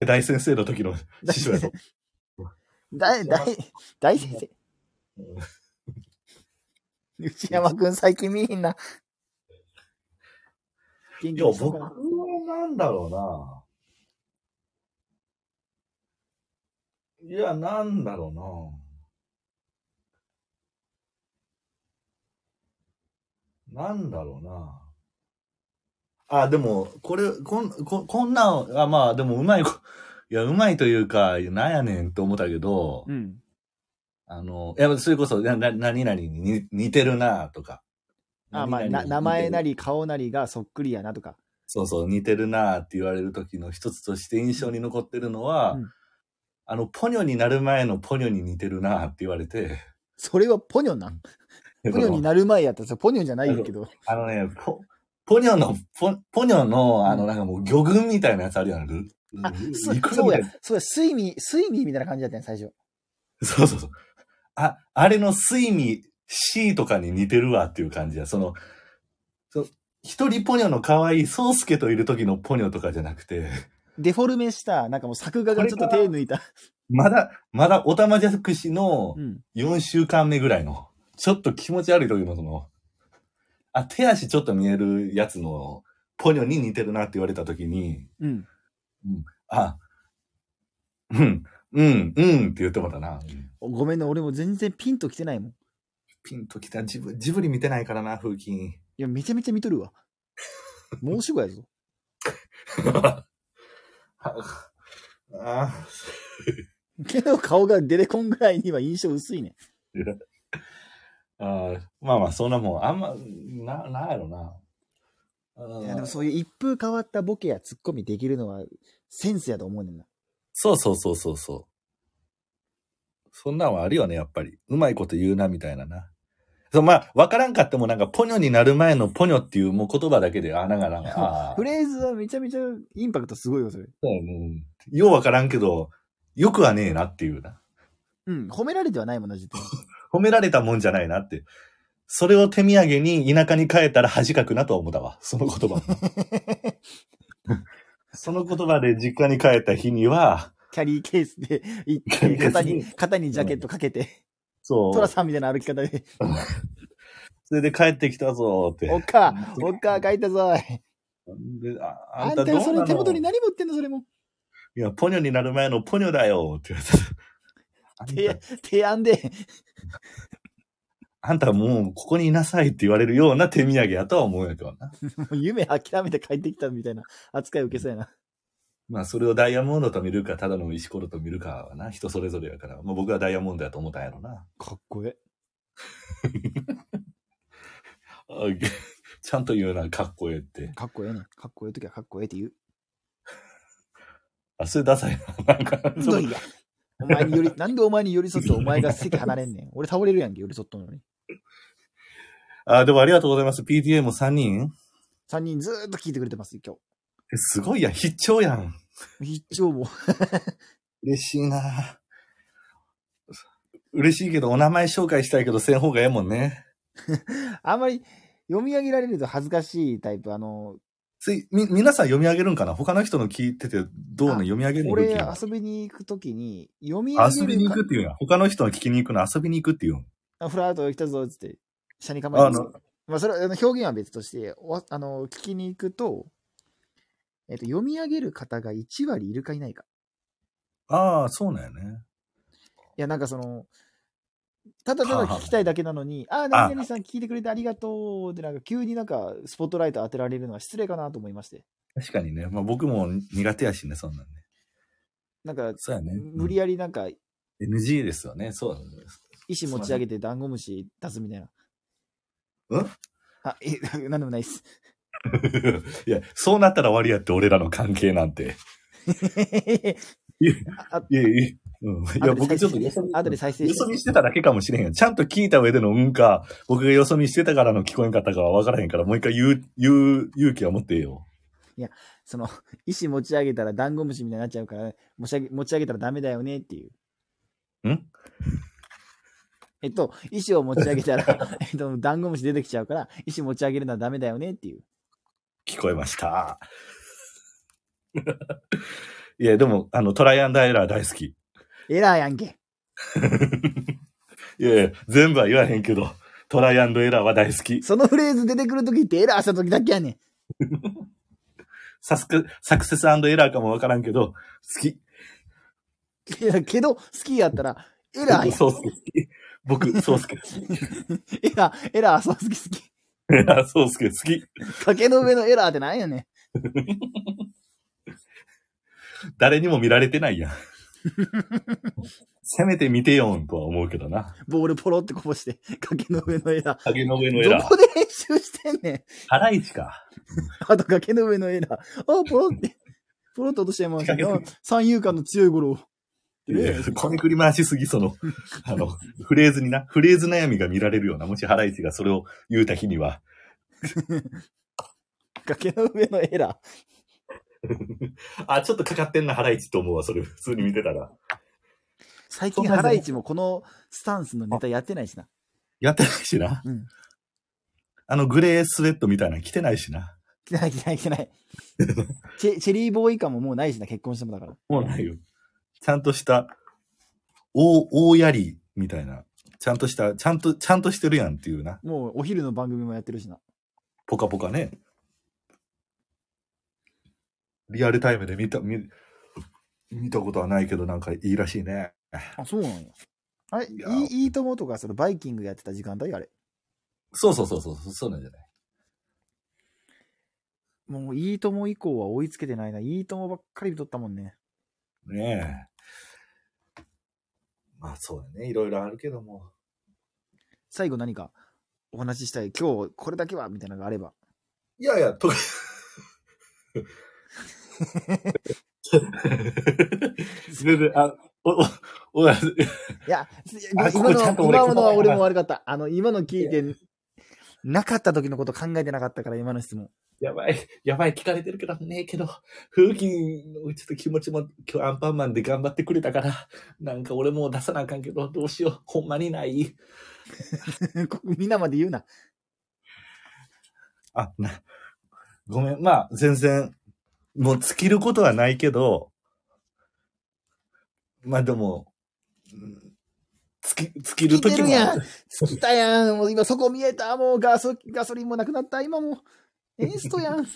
大先生の時の師匠やろ。大、大、大先生。内山くん最近見えんな。元い気や、に僕したかはななんだろうな。いや、なんだろうな。なんだろうな。あ、でも、これ、こん、ここんなん、あ、まあ、でも、うまい こ、いや、うまいというか、いやなんやねんって思ったけど、うん。あの、いや、それこそ、な、な、何々に似似てるな、とか。あ、まあ、な何々に似てる名前なり顔なりがそっくりやなとか。そうそう、似てるなって言われる時の一つとして印象に残ってるのは、うんあの、ポニョになる前のポニョに似てるなって言われて、それはポニョなん。ポニョになる前やったらさ、ポニョじゃないけど。 あのね、ポ、ポニョの、ポポニョの、あの、なんかもう魚群みたいなやつあるやん。ルあ、そいくらそうみたやいな。、そうや、睡眠、睡眠みたいな感じだったね、最初。そうそうそう。あ、あれの睡眠 C とかに似てるわっていう感じや。その、そ一人ポニョの可愛いソウスケといる時のポニョとかじゃなくて、デフォルメした、なんかもう作画がちょっとこれか手ら抜いた。まだ、まだおたまじゃくしの、うん。 4週間目ぐらいの、ちょっと気持ち悪い時のその、あ、手足ちょっと見えるやつの、ポニョに似てるなって言われた時に、うん。あ、うん、うん、うんって言ってもらったな。ごめんね、俺も全然ピンときてないもん。いピンときた。ジブジブリ見てないからな、風紀。 や、めちゃめちゃ見とるわ。申し子やぞ。ああけど顔が出てこんぐらいには印象薄いね。あまあまあ、そんなもん、あんま、な、なんやろな。あいやでもそういう一風変わったボケやツッコミできるのはセンスやと思うねんな。そうそうそうそうそう。そんなんはあるよね、やっぱり。うまいこと言うな、みたいなな。そう、まあ、わからんかってもなんか、ポニョになる前のポニョっていうもう言葉だけで、あ、なんかなんか、あーフレーズはめちゃめちゃインパクトすごいよ、それ。そうやねようわからんけど、よくはねえなっていうな。うん、褒められてはないもんな、実は。褒められたもんじゃないなって。それを手土産に田舎に帰ったら恥かくなとは思ったわ。その言葉。その言葉で実家に帰った日には、キャリーケースで行っキャリて、ーケース肩にに、肩にジャケットかけて、そう。トラさんみたいな歩き方で、それで帰ってきたぞーって。おっか、おっか、書いたぞい。であああんんたたどうなよのそれ手元に何持ってんの、それも。いや、ポニョになる前のポニョだよーって言われ提て。提案で、あんたもうここにいなさいって言われるような手土産やとは思うんやけどな。もう夢諦めて帰ってきたみたいな扱い受けそうやな。まあそれをダイヤモンドと見るか、ただの石ころと見るかはな、人それぞれやから、まあ僕はダイヤモンドやと思ったんやろな。かっこえあ げちゃんと言うな、かっこええってえ。。かっこええね。かっこええ時はかっこええって言う。あ、それダサいな。なんか、うどいや。お前により、 なんでお前に寄り添ってお前が席離れんね ん。俺倒れるやんけ、寄り添ったのに。あ、でもありがとうございます。PTA も3人3人ずーっと聞いてくれてます、今えすごいやん、必聴やん。日。一応もう、嬉しいな嬉しいけど、お名前紹介したいけど、せん方がええもんね。あんまり読み上げられると恥ずかしいタイプ。あの、つい、み、皆さん読み上げるんかな他の人の聞いてて、どうのあ読み上げるの俺勇気遊びに行くときに、読みあ上遊げびるにか行くっていうんや。他の人の聞きに行くの遊びに行くっていうん。あフラート来たぞ、つって、車に構えてますあなまあ、それはあの表現は別として、おあの、聞きに行くと、えっと、読み上げる方が1割いるかいないか。ああ、そうなんやね。いや、なんかその、ただただ聞きたいだけなのに、ああー、あ何々さん聞いてくれてありがとうで、なんか急になんかスポットライト当てられるのは失礼かなと思いまして。確かにね。まあ僕も苦手やしね、そんなんね。なんか、そうやね。無理やりなんか、うん NG ですよね。そうなんです。石持ち上げてダンゴムシ出すみたいな。うんあ、え、 なんでもないっす。 いや、そうなったら終わりやって、俺らの関係なんて。 いやあいやいや、うん、いや僕ちょっとよそ見後で再生よしてそ見してただけかもしれへんよ。ちゃんと聞いた上でのうんか、僕がよそ見してたからの聞こえんかったかは分からへんから、もう一回言う、言う勇気は持ってよ。その、 石持ち上げたらダンゴムシみたいになっちゃうから、持ち上げ持ち上げたらダメだよねっていう。んえっと、石を持ち上げたら、 えっと、ダンゴムシ出てきちゃうから、石持ち上げるのはダメだよねっていう。聞こえました。いや、でも、あの、トライアンドエラー大好き。いエラーやんけ。やいや、全部は言わへんけど、トライアンドエラーは大好き。そのフレーズ出てくるときってエラーしたときだけやねん。 サスク、サクセスエラーかも分からんけど、好き。いやけど、好きやったら、エラーやん。 そうすけ好き。僕、そうすけ好き。 エラー、エラー、そう好き好き。エラーそうすけ好き。崖の上のエラーってなんやねん。誰にも見られてな いやん。せめて見てよんとは思うけ どな。ボールポロってこぼして、崖の上のエラ影の上のエー。ラどー。こで練習してんねん。ハライチか。あと崖の上のエラー。あ、ポロって、ポロっと落としちゃいましたね。崖のあ三遊間の強いゴロを。いやこねくり回しすぎ、 その、あの、フレーズにな、フレーズ悩みが見られるような、もしハライチがそれを言うた日には、崖の上のエラあ、ちょっとかかってんな、ハライチと思うわ、それ、普通に見てたら。ー。最近ハライチもこのスタンスのネタやってないしな。やってないしな。うん。あの、グレースウェットみたいなの着てないしな。来てない来てない来てない。チェチェリーボーイ感ももうないしな、結婚してもだから。もうないよ。ちゃんとした、大、大やり、みたいな。ちゃんとした、ちゃんと、ちゃんとしてるやんっていうな。もうお昼の番組もやってるしな。ポカポカね。リアルタイムで見た、見、見たことはないけど、なんかいいらしいね。あ、そうなんや。あれ、いいやいいいともとか、そのバイキングやってた時間帯あれ。そうそうそうそう、そうなんじゃないもういいとも以降は追いつけてないな。いいともばっかり見とったもんね。ねえ。まあそうだね、いろいろあるけども。最後何かお話ししたい。今日これだけはみたいなのがあれば。いやいや、と、全然、あ、お、お、 おや、いや、あこ今こちゃんとの、俺今のは答え俺なも悪かった。あの、今の聞いて、なかった時のこと考えてなかったから、今の質問。 やばい、やばい、聞かれてるけどねえけど、風紀のちょっと気持ちも今日アンパンマンで頑張ってくれたから、なんか俺もう出さなあかんけど、どうしよう、ほんまにない。みんなまで言うな。あ、な、ごめん。まあ、全然、もう尽きることはないけど、まあでも、うん尽き、尽きる聞い時てるもあやるん。好きたやん。もう今そこ見えた。もうガソガソリンもなくなった。今もう、エンスト やん。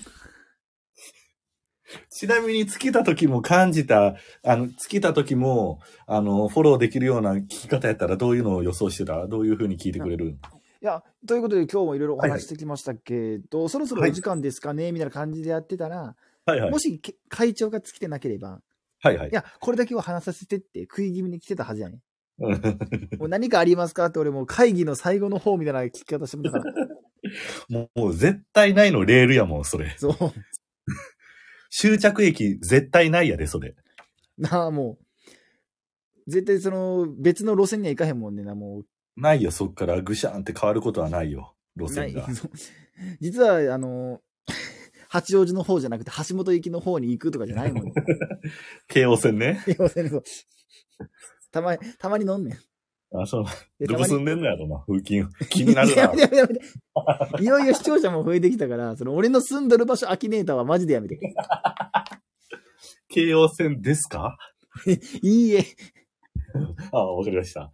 ちなみに尽きた時も感じた、あの、尽きた時も、あの、フォローできるような聞き方やったらどういうのを予想してたどういうふうに聞いてくれるいや、ということで今日もいろいろおはいはい話してきましたけど、そろそろお時間ですかね、みたいな感じでやってたら、はいはいも。しけ会長が尽きてなければ、はいは いい。や、これだけは話させてって食い気味に来てたはずやね。うんもう何かありますかって俺もう会議の最後の方みたいな聞き方してもらった から。もう、もう絶対ないのレールやもん、それ。そう。終着駅絶対ないやで、それ。なあ、もう。絶対その別の路線には行かへんもんねな、もう。ないよ、そっからぐしゃんって変わることはないよ、路な線い が。そう実は、あの、 八王子の方じゃなくて、橋本行きの方に行くとかじゃないもん、ね。 京王線ね。要するにそうたまに、たまに飲んねん。あ、そう。でたどこまに住んでんのやろな、風景。気になるやなめ。てやめてやめて。いよいよ視聴者も増えてきたから、その俺の住んどる場所、アキネーターはマジでやめて。京王線ですかいいえ、あ、わかりました。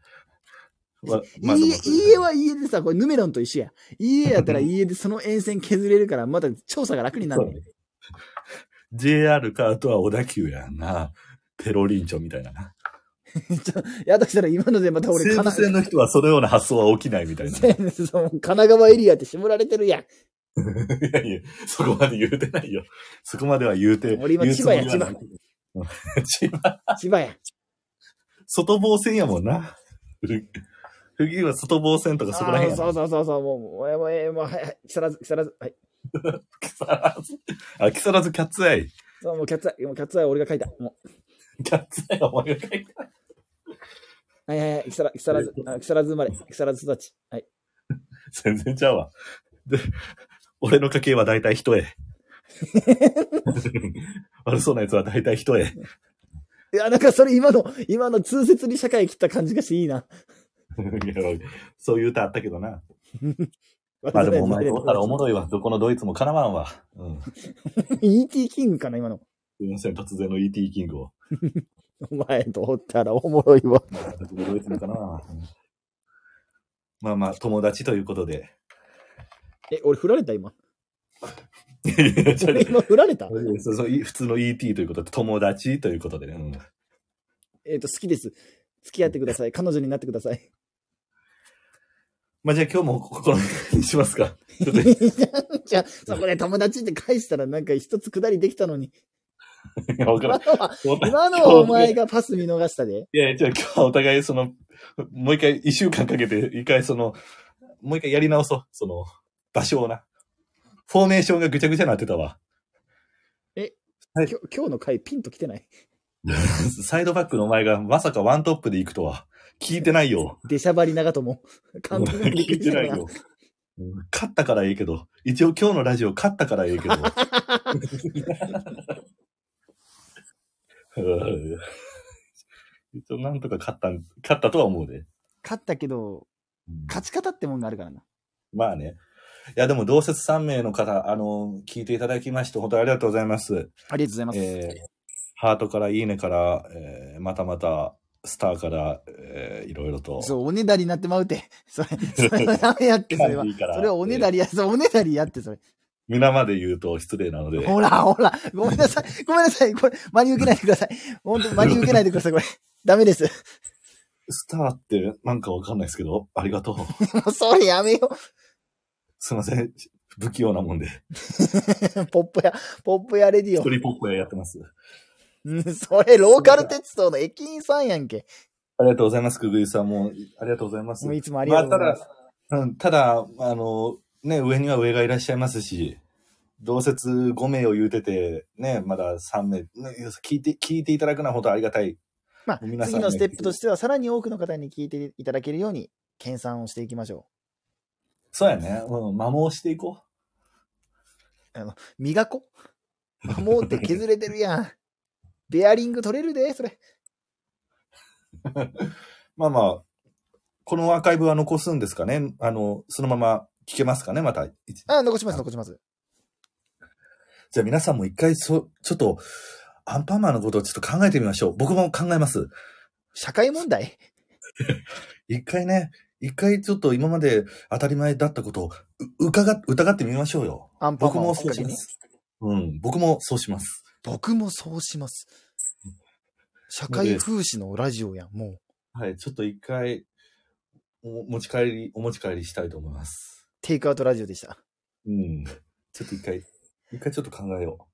わいいえ、いいえ。でもは家でさ、これヌメロンと一緒や。いいえやったらいいえでその沿線削れるから、また調査が楽になる、ねん。 JR か、あとは小田急やんな。ペロリンチョみたいなな。やとしたら今のでまた俺、西武神線奈の人はそのような発想は起きないみたいな。いそう神奈川エリアって絞られてるやん。やいや、そこまで言うてないよ。そこまでは言うて。俺今言うつもりは千葉やない。 千葉。千葉やん。外房線やもんな。次は外房線とかそこら辺やそも。うんそうそうそう、もう、もう、もう、もう、はい、はい、木更津、木更津、はい。木更津。 あ、木更津キャッツアイ。そう、もう、キャッツアイ、もう、キャッツアイ俺が書いた。もキャッツアイお前が書いた。う、はいはいはい、木更津、木更津、あ木更津生まれ、木更津育ち。はい。全然ちゃうわ。で、俺の家系は大体一重。 悪そうなやつは大体一重。いや、なんかそれ今の、今の通説に社会切った感じがしていいな。そういう歌あったけどな。ままあでもお前どうたらおもろいわ。どこのドイツもかなわんわ。 うん。 E.T. キングかな、今の。すいません、突然の ET キングを。お前どうたらおもろいわ。どこのドイツもかなわんわ。うんまあまあ、友達ということ で。え、俺振られた今。いやいやちょ俺今振られたそうそうい普通の ET ということで、友達ということでね。うんえっと、好きです。付き合ってください。彼女になってください。まあじゃあ今日もここの辺にします か。ちょっとじゃあ、そこで友達って返したらなんか一つくだりできたのに。いやわから今んのは、今のはお前がパス見逃した で。いやいや、じゃあ今日はお互いその、もう一回、一週間かけて、一回その、もう一回やり直そう。その、場所をな。フォーメーションがぐちゃぐちゃになってたわ。 はい今日今日の回ピンと来てない。サイドバックのお前がまさかワントップで行くとは、聞いてないよ。出しゃばり長 友。監督にびっく聞いりしてたかないらよ。勝ったからええけど、一応今日のラジオ勝ったからえ えけど。うん一応なんとか勝ったん、勝ったとは思うで。勝ったけど、勝ち方ってもんがあるからな。まあね。いや、でも、同説3名の方、あの、聞いていただきまして、本当にありがとうございます。ありがとうございます。えーハートから、いいねから、えーまたまた、スターから、えーいろいろと。そう、おねだりになってまうて。 それ、それはダメやって、それは管理。からそれはおねだりや、そうおねだりやって、それ。皆まで言うと失礼なので。ほら、ほら、ごめんな さい、ごめんなさい、これ、真に受けないでください。本当に真に受けないでください、これ。 ダメです。スターって、なんかわかんないですけど、ありがとう。 もう、それやめよすいません。不器用なもんで。う。ポップや、ポップやレディ一オ。人ポップやってます。うんそれ、ローカル鉄道の駅員さんやんけ。ありがとうございます、くぐいさんも。ありがとうございます。もういつもありがとうございます。まあただ、うん、ただ、あの、ね、上には上がいらっしゃいますし、同説5名を言うてて、ね、まだ3名、ね聞いて、聞いていただくのは本当ありがたい。まあ、皆さん次のステップとしては、さらに多くの方に聞いていただけるように、研鑽をしていきましょそうやね。うん、摩耗していこう。磨こう。 摩耗って削れてるやん。ベアリング取れるで、それ。う。まあまあ、このアーカイブは残すんですかね。あの、そのまま聞けますかね、また。いあ、残します、残します。じゃあ皆さんも一回そ、ちょっと、アンパンマンのことをちょっと考えてみましょう。僕も考えます。社会問題一回ね、一回ちょっと今まで当たり前だったことをう伺っ疑ってみましょうよ。アンパン僕マンもをそうしまにす。うん、僕もそうします。僕もそうします。社会風刺のラジオやん、もう。はい、ちょっと一回、お持ち帰り、お持ち帰りしたいと思います。テイクアウトラジオでした。うん。ちょっと一回、一回ちょっと考えよ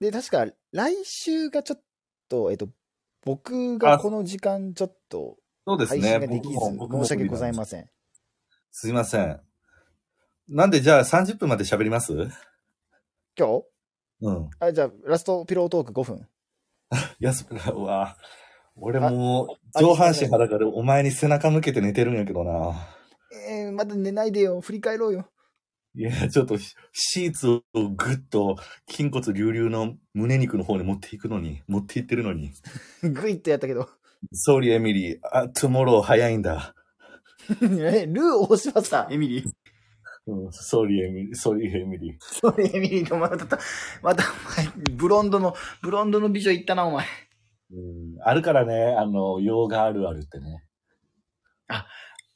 で、確か、来週がちょっと、えっと、僕あがこの時間ちょっとう。そうで配信ができず、僕も申し訳ございまん。せん。すいません。なんでじゃあ30分まで喋ります今日うん。あ、じゃあ、ラストピロートーク5分。やすぷらは、俺もう上半身裸でお前に背中向けて寝てるんやけどな。えー、まだ寝ないでよ。振り返ろう よ。いや、ちょっとシシーツをぐっと筋骨隆々の胸肉の方に持っていくのに、持っていってるのに。グイッとやったけど。ソーリーエミリー、あ、トゥモロー早いんだ。え、ルー大柴さん。エミリー。うん、ソーリーエミリー、ソーリーエミリー。それエミリーがまた、また、お前、ブロンドの、ブロンドの美女行ったな、お前。うん、あるからね、あの、洋画あるあるってね。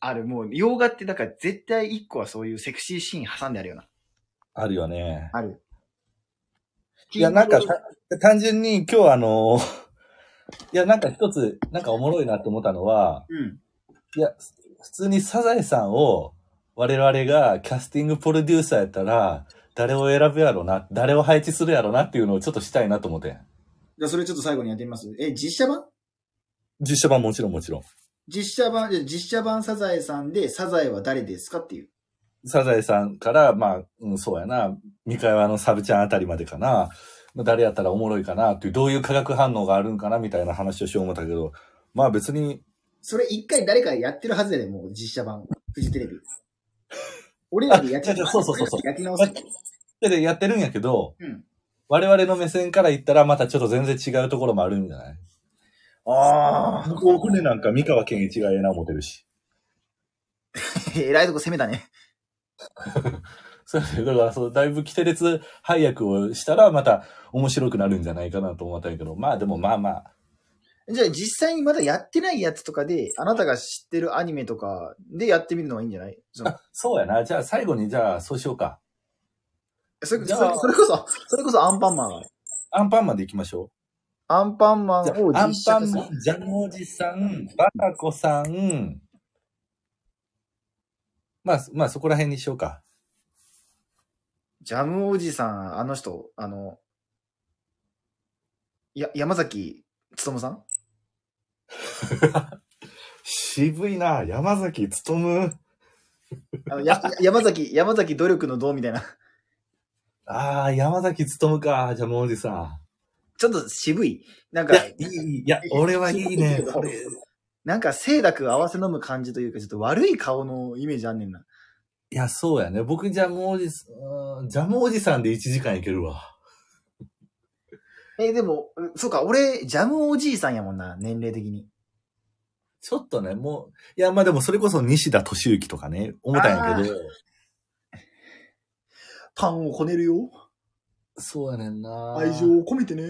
ある、もう、洋画って、だから絶対一個はそういうセクシーシーン挟んであるよな。あるよね。ある。いや、なんか、た単純に今日あの、いや、なんか一つ、なんかおもろいなって思ったのは、うん。いや、普通にサザエさんを、我々がキャスティングプロデューサーやったら、誰を選ぶやろな、誰を配置するやろなっていうのをちょっとしたいなと思って。じゃあそれちょっと最後にやってみます。え、実写版実写版もちろんもちろん。実写版、じゃあ実写版サザエさんで、サザエは誰ですかっていう。サザエさんから、まあ、うん、そうやな、三河屋のサブちゃんあたりまでかな、まあ誰やったらおもろいかなっていう、どういう化学反応があるんかなみたいな話をしよう思ったけど、まあ別に、それ一回誰かやってるはずやで、もう実写版。フジテレ ビ。俺らでやっちゃあ違う違うそうそうそうそうやり直す。ででやってるんやけど、うん我々の目線から言ったらまたちょっと全然違うところもあるんじゃないああ。僕お船なんか三河健一がええな思ってるし。えらいとこ攻めたね。そうやねだからそう、だいぶ規定列配役をしたらまた面白くなるんじゃないかなと思ったんやけど、まあでもまあまあ、じゃあ実際にまだやってないやつとかで、あなたが知ってるアニメとかでやってみるのはいいんじゃないそのあそうやな。じゃあ最後にじゃあそうしようか。それじそゃれあそれこそ、それこそアンパンマン。アンパンマンで行きましょう。アンパンマンじゃをあアン実写パ化ンすマる。ン、ジャムおじさん、バタコさん、まあ、まあそこら辺にしようか。ジャムおじさん、あの人、あの、や、山崎つともさん渋いな、山崎つとむ。あのやや山崎、山崎努力の道みたいな。ああ、山崎つとむか、ジャムおじさちょっと渋い。なんん。いかや、、いい、いや、俺はいいね。俺 なんか、清濁合わせ飲む感じというか、ちょっと悪い顔のイメージあんねんな。いや、そうやね。僕、ジャムおじさん、ジャムおじさんで1時間いけるわ。え、でも、うそうか、俺、ジャムおじいさんやもんな、年齢的に。ちょっとね、もう、いや、まあでもそれこそ西田敏行とかね、思ったんやけど、パンをこねるよ。そうやねんな。愛情を込めてね。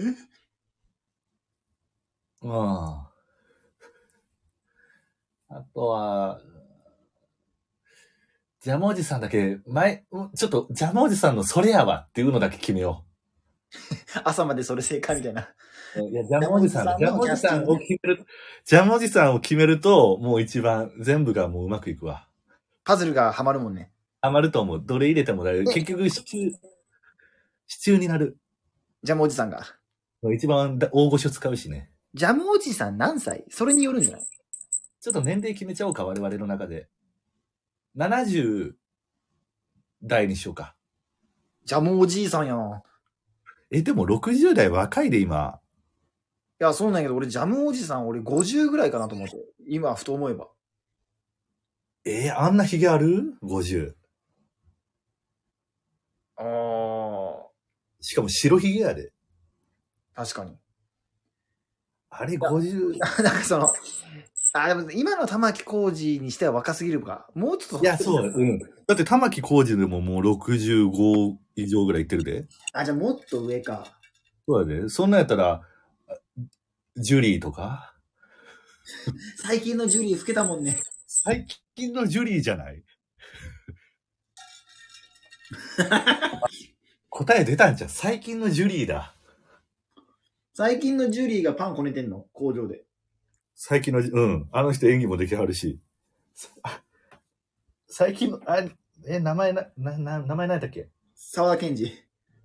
うん。あとは、ジャムおじさんだけ、前、うんちょっと、ジャムおじさんのそれやわっていうのだけ決めよ朝までそれ正解みたいな。う。いや、ジャムおじさんだ、ジジャャムムおおじじささんんを決める、ジャムおじさんを決めると、もう一番、全部がもううまくいくわ。パズルがハマるもんね。余ると思う。どれ入れても大丈夫。え結局、シチュー、シチューになる。ジャムおじさんが。一番だ大御所使うしね。ジャムおじさん何歳それによるんじゃないちょっと年齢決めちゃおうか、我々の中で。70代にしようか。ジャムおじいさんやな。え、でも60代若いで今。いや、そうなんやけど、俺、ジャムおじさん、俺50ぐらいかなと思って。今、ふと思えば。えーあんなヒゲある ?50。ああ。しかも白ヒゲやで。確かに。あれ50。い なんかその、あ、でも今の玉置浩二にしては若すぎるか。もうちょっと。や、そう。うん。だって玉木浩二でももう65以上ぐらいいってるで。あ、じゃあもっと上か。そうやで。そんなんやったら、あジュリーとか最近のジュリー老けたもんね。最近のジュリーじゃない 答え出たんじゃん。最近のジュリーだ。最近のジュリーがパンこねてんの工場で。最近の、うん。あの人演技もできはるし。 さあ最近の、あ、え、名前な、な、な、名前ないだっけ沢田研二。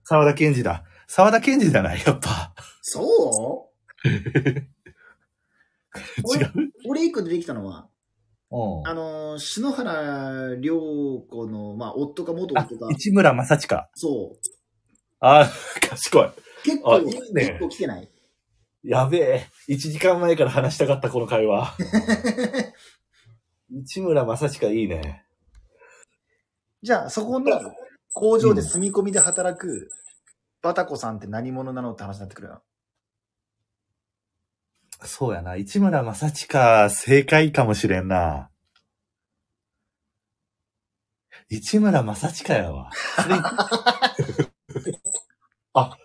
沢田健二だ。沢田健二じゃないやっぱ。そう 違う俺一個出てきたのは、うあのー、篠原涼子の、まあ、夫か元夫かん。、市村正親。そう。あ、賢い。結構、あいいね結構来てない。 やべえ。1時間前から話したかった、この会話。 市村正親いいね。じゃあ、そこの工場で住み込みで働く、バタコさんって何者なのって話になってくるな。そうやな。市村正親、正解かもしれんな。市村正親やわ。それあ、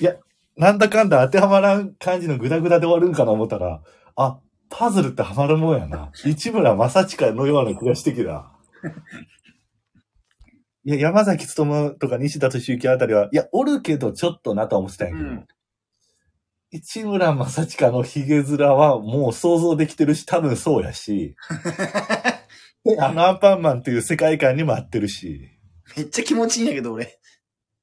いや、なんだかんだ当てはまらん感じのグダグダで終わるんかな思ったら、あ、パズルってはまるもんやな。市村正親のような気がしてきた。いや、山崎努とか西田敏行あたりは、いや、おるけどちょっとなとは思ってたんやけど。うん市村正親のヒゲ面はもう想像できてるし、多分そうやし。であのアンパンマンっていう世界観にも合ってるし。 めっちゃ気持ちいいんやけど、俺。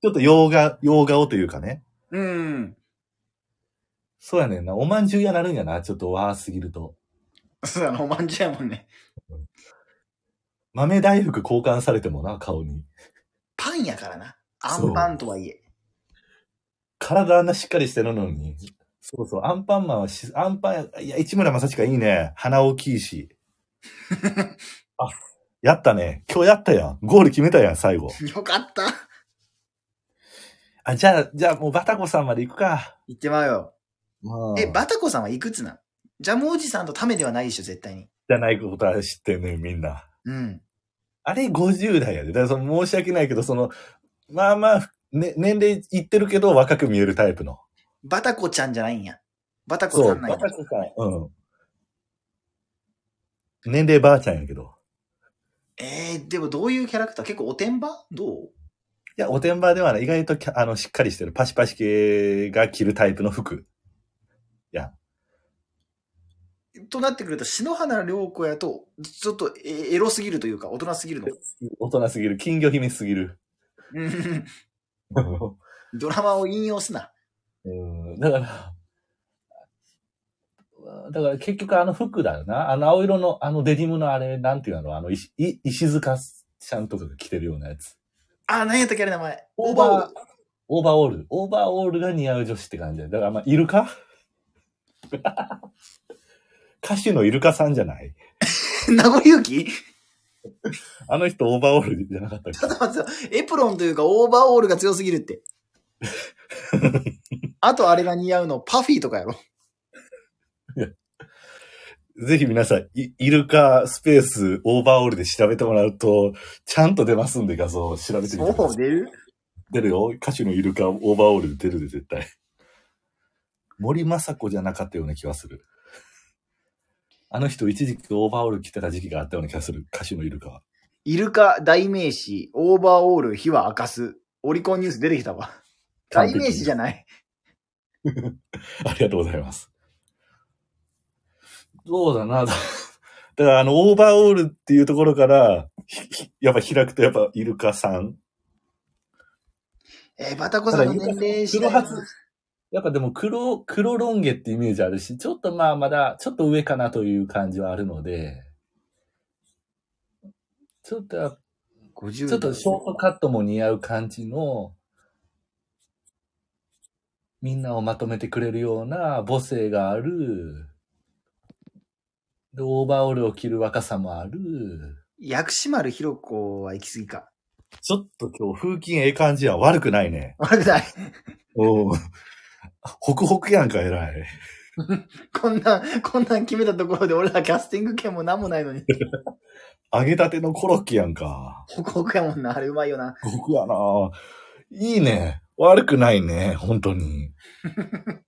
ちょっと洋画、洋画をというかね。うん。そうやねんな。おまんじゅうやなるんやな。ちょっと和すぎると。そうあの、おまんじゅうやもんね。豆大福交換されてもな、顔に。パンやからな。アそうンパンとはいえ。体あんなしっかりしてるのに。そうそう、アンパンマンはし、アンパン、いや、市村正親いいね。鼻大きいし。あ、やったね。今日やったやん。ゴール決めたやん、最後。よかった。あ、じゃあ、じゃあもうバタコさんまで行くか。言ってまうよ。まあえ、バタコさんはいくつなんジャムおじさんとためではないでしょ、絶対に。じゃないことは知ってんねん、みんな。うん。あれ50代やで。だからその申し訳ないけど、その、まあまあ、ね、年齢いってるけど若く見えるタイプの。バタコちゃんじゃないんや。バタコそさう、んなんや。若くさ、うん。年齢ばあちゃんやけど。えー、でもどういうキャラクター結構おてんばどういや、おてんばではない。意外ときゃ、あの、しっかりしてる。パシパシ系が着るタイプの服。となってくると、篠原涼子やと、ちょっとエエロすぎるというか、大人すぎるの。大人すぎる。金魚姫すぎる。うんドラマを引用すな。うんだから、だから結局あの服だよな。あの青色の、あのデニムのあれ、なんていうのあの石、い石塚ちゃんとかが着てるようなやつ。あ、何やったっけあれ名前。オオーーババーーオオールオーバーオール。オーバーオールが似合う女子って感じだよだからまあ、イルカ 歌手のイルカさんじゃないール。名残ゆきあの人オーバーオールじゃなかったっけちょっと待ってよエプロンというか、オーバーオールが強すぎる って。あとあれが似合うの、パフィーとかやろ。ぜひ皆さん、イイルカスペースオーバーオールで調べてもらうと、ちゃんと出ますんで画像調べてみてください。出る出るよ。歌手のイルカ、オーバーオールで出るで、絶対。森昌子じゃなかったような気がする。あの人、一時期オーバーオール着てた時期があったような気がする。歌手のイルカは。イルカ、代名詞、オーバーオール、火は明かす。オリコンニュース出てきたわ。代名詞じゃない。ない。ありがとうございます。どうだな。だだから、あの、オーバーオールっていうところから、ひひやっぱ開くと、やっぱイルカさん。えー、バタコさんの年齢次第ただイルカさん黒やっぱでも黒、黒ロン毛ってイメージあるし、ちょっとまあまだ、ちょっと上かなという感じはあるので、ちょっとやっ50ちょっとショートカットも似合う感じの、みんなをまとめてくれるような母性がある、で、オーバーオールを着る若さもある、薬師丸ひろ子は行き過ぎか。ちょっと今日風景ええ感じや悪くないね。悪くない。おお。ホクホクやんか、偉い。こんなん、こんなん決めたところで俺らキャスティング権もなんもないのに。揚げたてのコロッケやんか。ホクホクやもんな。あれうまいよな。ホクホクやな。いいね。悪くないね、本当に。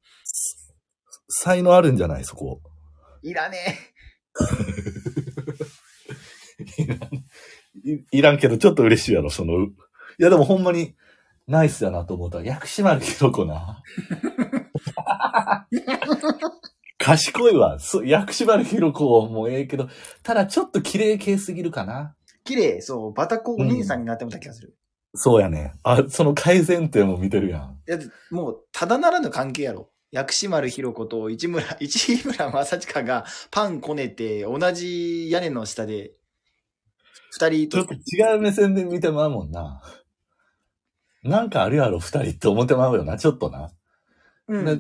才能あるんじゃないそこ。いらねいらんいいらんけど、ちょっと嬉しいやろ、その、いやでもほんまに、ナイスやなと思った。薬師丸ひろ子な。賢いわ。そう薬師丸ひろ子もええけど、ただちょっと綺麗系すぎるかな。え。綺麗、そう、バタコお兄さんになってもた気がする。そうやね。あ、その改善点も見てるやん。だってもう、ただならぬ関係やろ。薬師丸ひろ子と市村、 市村正親がパンこねて、同じ屋根の下で、二人ちょっと、と違う目線で見てまうもんな。なんかあるやろ、二人って思ってまうよな、ちょっとな。うんな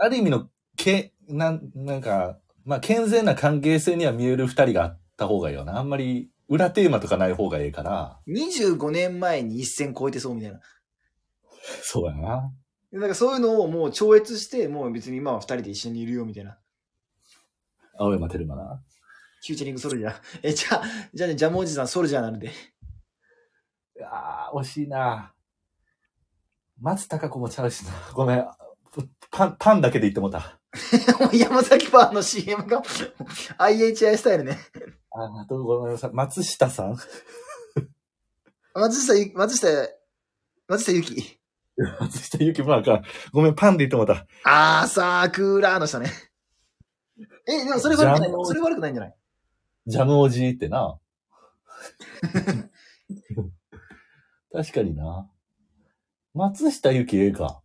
ある意味のけなんなんか、まあ、健全な関係性には見える二人があった方がいいよなあんまり裏テーマとかない方がいいから25年前に一線超えてそうみたいな。そうやなだからそういうのをもう超越して、もう別に今は二人で一緒にいるよみたいな。青山テルマなフューチャリングソルジャー。え、じゃあ、じゃあね、ジャムおじさんソルジャーなんで。あー惜しいな松たか子もちゃうしなごめんパンパンだけで言ってもうたもう 山崎パンの CM が IHI スタイルね。あーどうもごめんなさい松下さん松下ゆ、松下、松下ゆき。松下ゆきもあかんごめんパンで言ってもうたあーさークーラーの人ね。え、でもそれ悪くないジャムおじそれ悪くないんじゃないジャムおじって な確かにな松下ゆきええか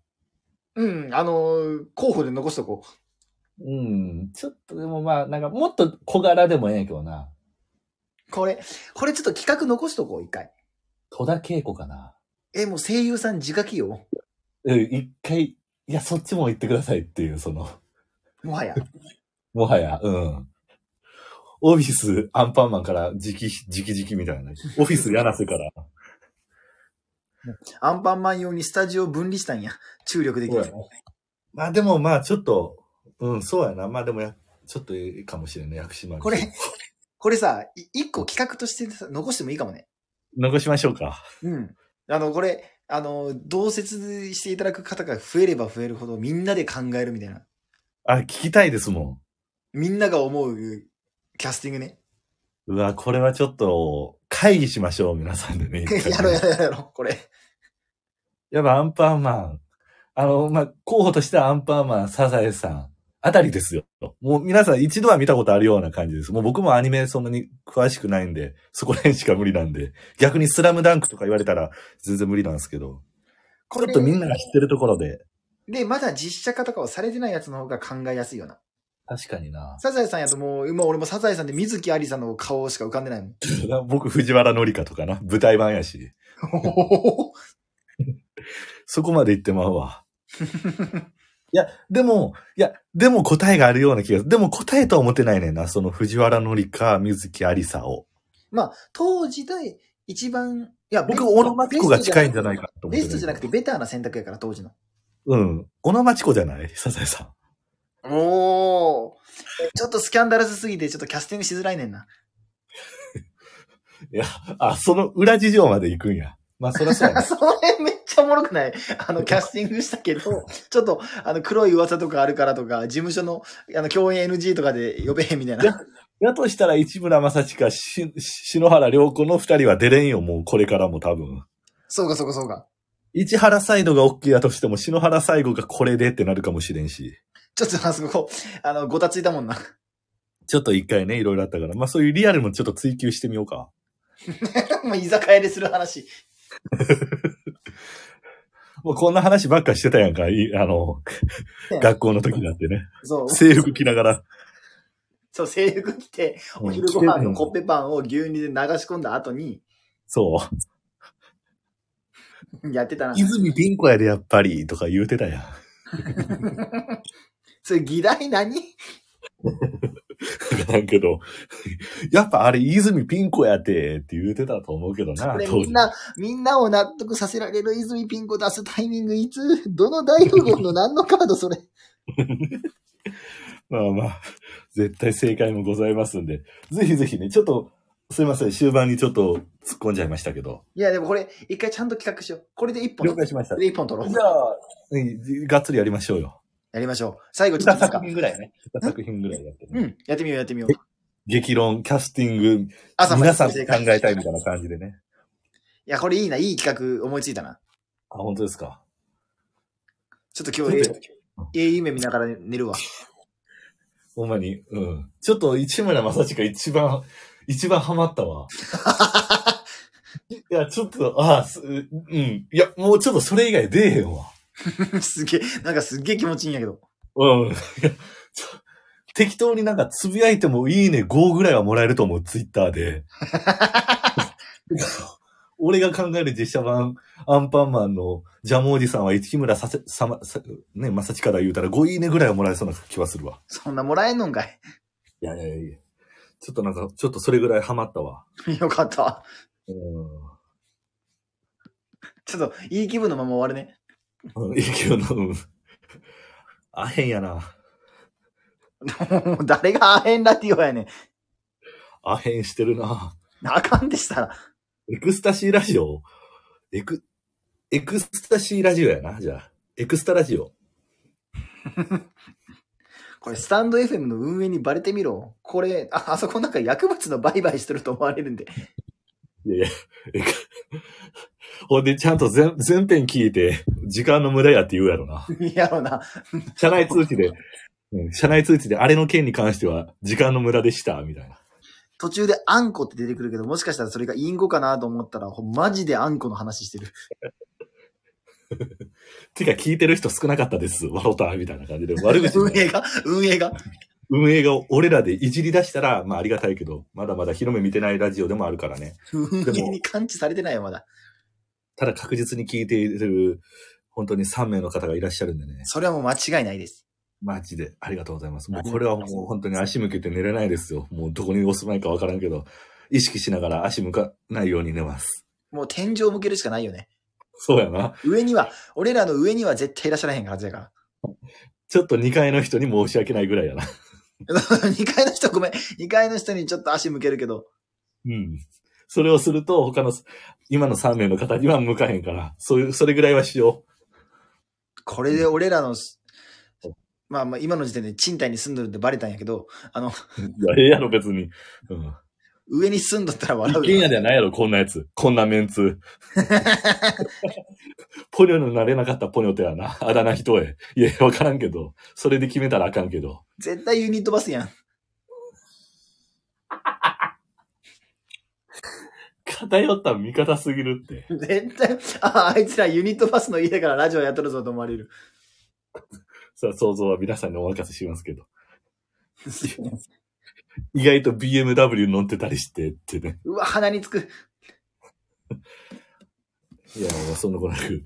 うん、あのー候補で残しとこうん、ちょっとでもまあ、なんかもっと小柄でもええんやけどな。う。これ、これちょっと企画残しとこう、一回。戸田恵子かな。え、もう声優さん自書起用うん、一回、いや、そっちも行ってくださいっていう、その、もはや。もはや、うん。オフィス、アンパンマンから、直々、直々みたいな。オフィス、柳瀬から。アンパンマン用にスタジオ分離したんや。注力できそうるや。なまあでもまあ、ちょっと、うん、そうやな。まあでもや、ちょっとええかもしれんね、薬師丸。これ、これさ、い一個企画としてさ残してもいいかもね。残しましょうか。うん。あの、これ、あの、同説していただく方が増えれば増えるほど、みんなで考えるみたいな。あ、聞きたいですもみんなが思うキャスティング ね。ん。うわ、これはちょっと、会議しましょう、皆さん でね。一回ねやろうやろうやろう、これ。やっぱアンパンマン。あの、まあ、候補としてはアンパンマン、サザエさんあたりですよ。もう皆さん一度は見たことあるような感じです。もう僕もアニメそんなに詳しくないんで、そこら辺しか無理なんで、逆にスラムダンクとか言われたら全然無理なんですけど、ちこょれっとみんなが知ってるところで。で、まだ実写化とかをされてないやつの方が考えやすいよな。確か にな。サザエさんやともう、今俺もサザエさんで水木有さんの顔しか浮かんで ないもん。僕、藤原紀香とかな。舞台版やし。そこまで行ってまうわ。いや、でも、いや、でも答えがあるような気がする。でも答えとは思ってないねんな。その藤原紀香、水木有沙を。まあ、当時で一番、いや、僕、小野町子が近いんじゃないかと思ってベる。ストじゃなくてベターな選択やから、当時の。うん。小野町子じゃないサザエさん。おお。ちょっとスキャンダラスすぎて、ちょっとキャスティングしづらいねんな。いや、あ、その裏事情まで行くんや。まあ、そらそうやな その辺めっちゃおもろくない あの、キャスティングしたけど、ちょっと、あの、黒い噂とかあるからとか、事務所の、あの、共演 NG とかで呼べへんみたいな。やとしたら、市村正親、し篠原涼子の二人は出れんよ、もう、これからも多分。 そうか、そうか、そうか。市原サイドが OK だとしても、篠原最後がこれでってなるかもしれんし。ちょっと、あそこ、あの、ごたついたもんな。 ちょっと一回ね、いろいろあったから。まあ、そういうリアルもちょっと追求してみようか。もう居酒屋でする話。もうこんな話ばっかしてたやんか、いあの、学校の時だってね。そう。制服着ながら。そう、制服着て、お昼ご飯のコッペパンを牛乳で流し込んだ後に、そう。やってたな。泉ピン子やでやっぱりとか言うてたやん。それ、議題何わからんけど、やっぱあれ泉ピン子やてって言うてたと思うけどなこ、れ当み時ん。な、みんなを納得させられる泉ピン子出すタイミングいつどの大富豪の何のカードそれまあまあ、絶対正解もございますんで、ぜひぜひね、ちょっと、すいません、終盤にちょっと突っ込んじゃいましたけど。いや、でもこれ、一回ちゃんと企画しよう。これで一本。了こ解しました。れじで一本取ろう。ゃあ、うんがっつりやりましょうよ。やりましょう。最後ちょっとい2いです 作か品ぐらいね。2作品ぐらいやって、ねうん。やってみよう、やってみよう。激論、キャスティング、朝まで皆さんで考えたいみいたいな感じでね。や、これいいな。いい企画思いついたな。あ、本当ですか。ちょっと 今日、えええ夢見ながら寝るわ。 ほんまに。うん。ちょっと市村正親一番、一番ハマった わ。いや、ちょっと、あすうん。いや、もうちょっとそれ以外出えへんわ。すげえ、なんかすげえ気持ちいいんやけど。うん。いやちょ適当になんかつぶやいてもいいね5ぐらいはもらえると思う、ツイッター で。俺が考える実写版、アンパンマンのジャムおじさんは市村させ、さま、さね、まさちから言うたら5いいねぐらいはもらえそうな気はするわ。そんなもらえんのんかい。 いやいやいや。ちょっとなんか、ちょっとそれぐらいハマったわ。よかったわ。うちょっと、いい気分のまま終わるね。 ん。いいけどな、うん。あへんやな。もう誰がアヘンラティオやねん。あへんしてるな。あかんでしたら。エクスタシーラジオエク、エクスタシーラジオやな、じゃあ。エクスタラジオ。これ、スタンド FM の運営にバレてみろ。これ、あ、あそこなんか薬物の売買してると思われるんで。 いやいや、エクほんで、ちゃんと全全編聞いて、時間の無駄やって言うやろな。いやろうな。社内通 知で、うん社内通知であれの件に関しては、時間の無駄でした、みたいな。途中であんこって出てくるけど、もしかしたらそれがインゴかなと思ったら、ほんマジであんこの話して る。てか、聞いてる人少なかったです、笑った、みたい な感じで。悪口運に、営が、運営が。運営が俺らでいじり出したら、まあありがたいけど、まだまだ広め見てないラジオでもあるからね。運でも営に感知されてないよ、まだ。ただ確実に聞いている、本当に3名の方がいらっしゃるんでね。それはもう間違いないです。マジでありがとうございます。もうこれはもう本当に足向けて寝れないですよ。もうどこにお住まいかわからんけど、意識しながら足向かないように寝ます。もう天井向けるしかないよね。そうやな。上には、俺らの上には絶対いらっしゃらへんはずやから。ちょっと2階の人に申し訳ないぐらいやな。 2階の人ごめん。2階の人にちょっと足向けるけど、うん。それをすると他の、今の3名の方には向かへんから、そういう、それぐらいはしよこれで俺らの、まあまあ今の時点で賃貸に住んどるってバレたんやけど、あの、う。いや、ええやろ別に。うん。上に住んどったら笑一う軒よ。家ではないやろ、こんなやつ。こんなメンツ。 ポニョのなれなかったポニョとやな。あだ名人へ。いや、わからんけど。それで決めたらあかんけど。絶対ユニットバスやん。偏った味方すぎるって。絶対、あ、あいつらユニットバスの家だからラジオやっとるぞと思われる。さあ、想像は皆さんにお任せしますけど。意外と BMW 乗ってたりしてってね。 うわ、鼻につく。いや、もうそんなことなく。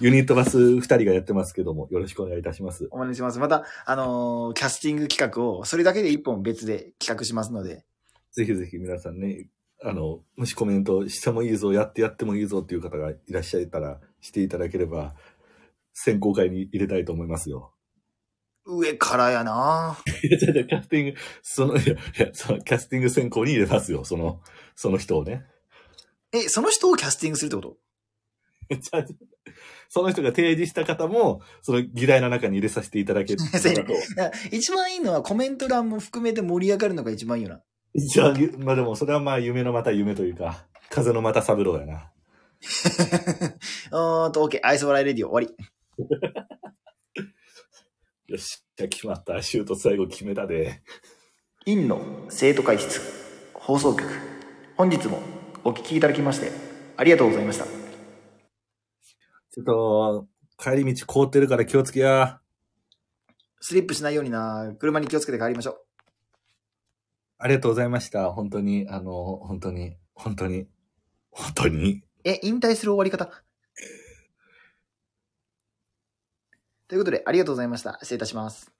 ユニットバス2人がやってますけども、よろしくお願いいたします。お願いします。また、あのーキャスティング企画を、それだけで一本別で企画しますので。ぜひぜひ皆さんね、あの、もしコメントしてもいいぞ、やってやってもいいぞっていう方がいらっしゃったら、していただければ、選考会に入れたいと思いますよ。上からやないや、じゃじゃキャスティング、その、いや、いやそのキャスティング選考に入れますよ、その、その人をね。え、その人をキャスティングするってことじゃあ その人が提示した方も、その議題の中に入れさせていただける先生だから 一番いいのはコメント欄も含めて盛り上がるのが一番いいよな。一応、ゆまあでも、それはまあ夢のまた夢というか、風のまた三郎やな。うーんと、OK。アイス笑いレディオ終わり。よし、じゃあ決まった。シュート最後決めたで。インの生徒会室放送局。本日もお聞きいただきまして、ありがとうございました。ちょっと、帰り道凍ってるから気をつけや。スリップしないようにな。車に気をつけて帰りましょう。ありがとうございました。本当に、あの、本当に、本当に、本当に。え、引退する終わり方。ということで、ありがとうございました。失礼いたします。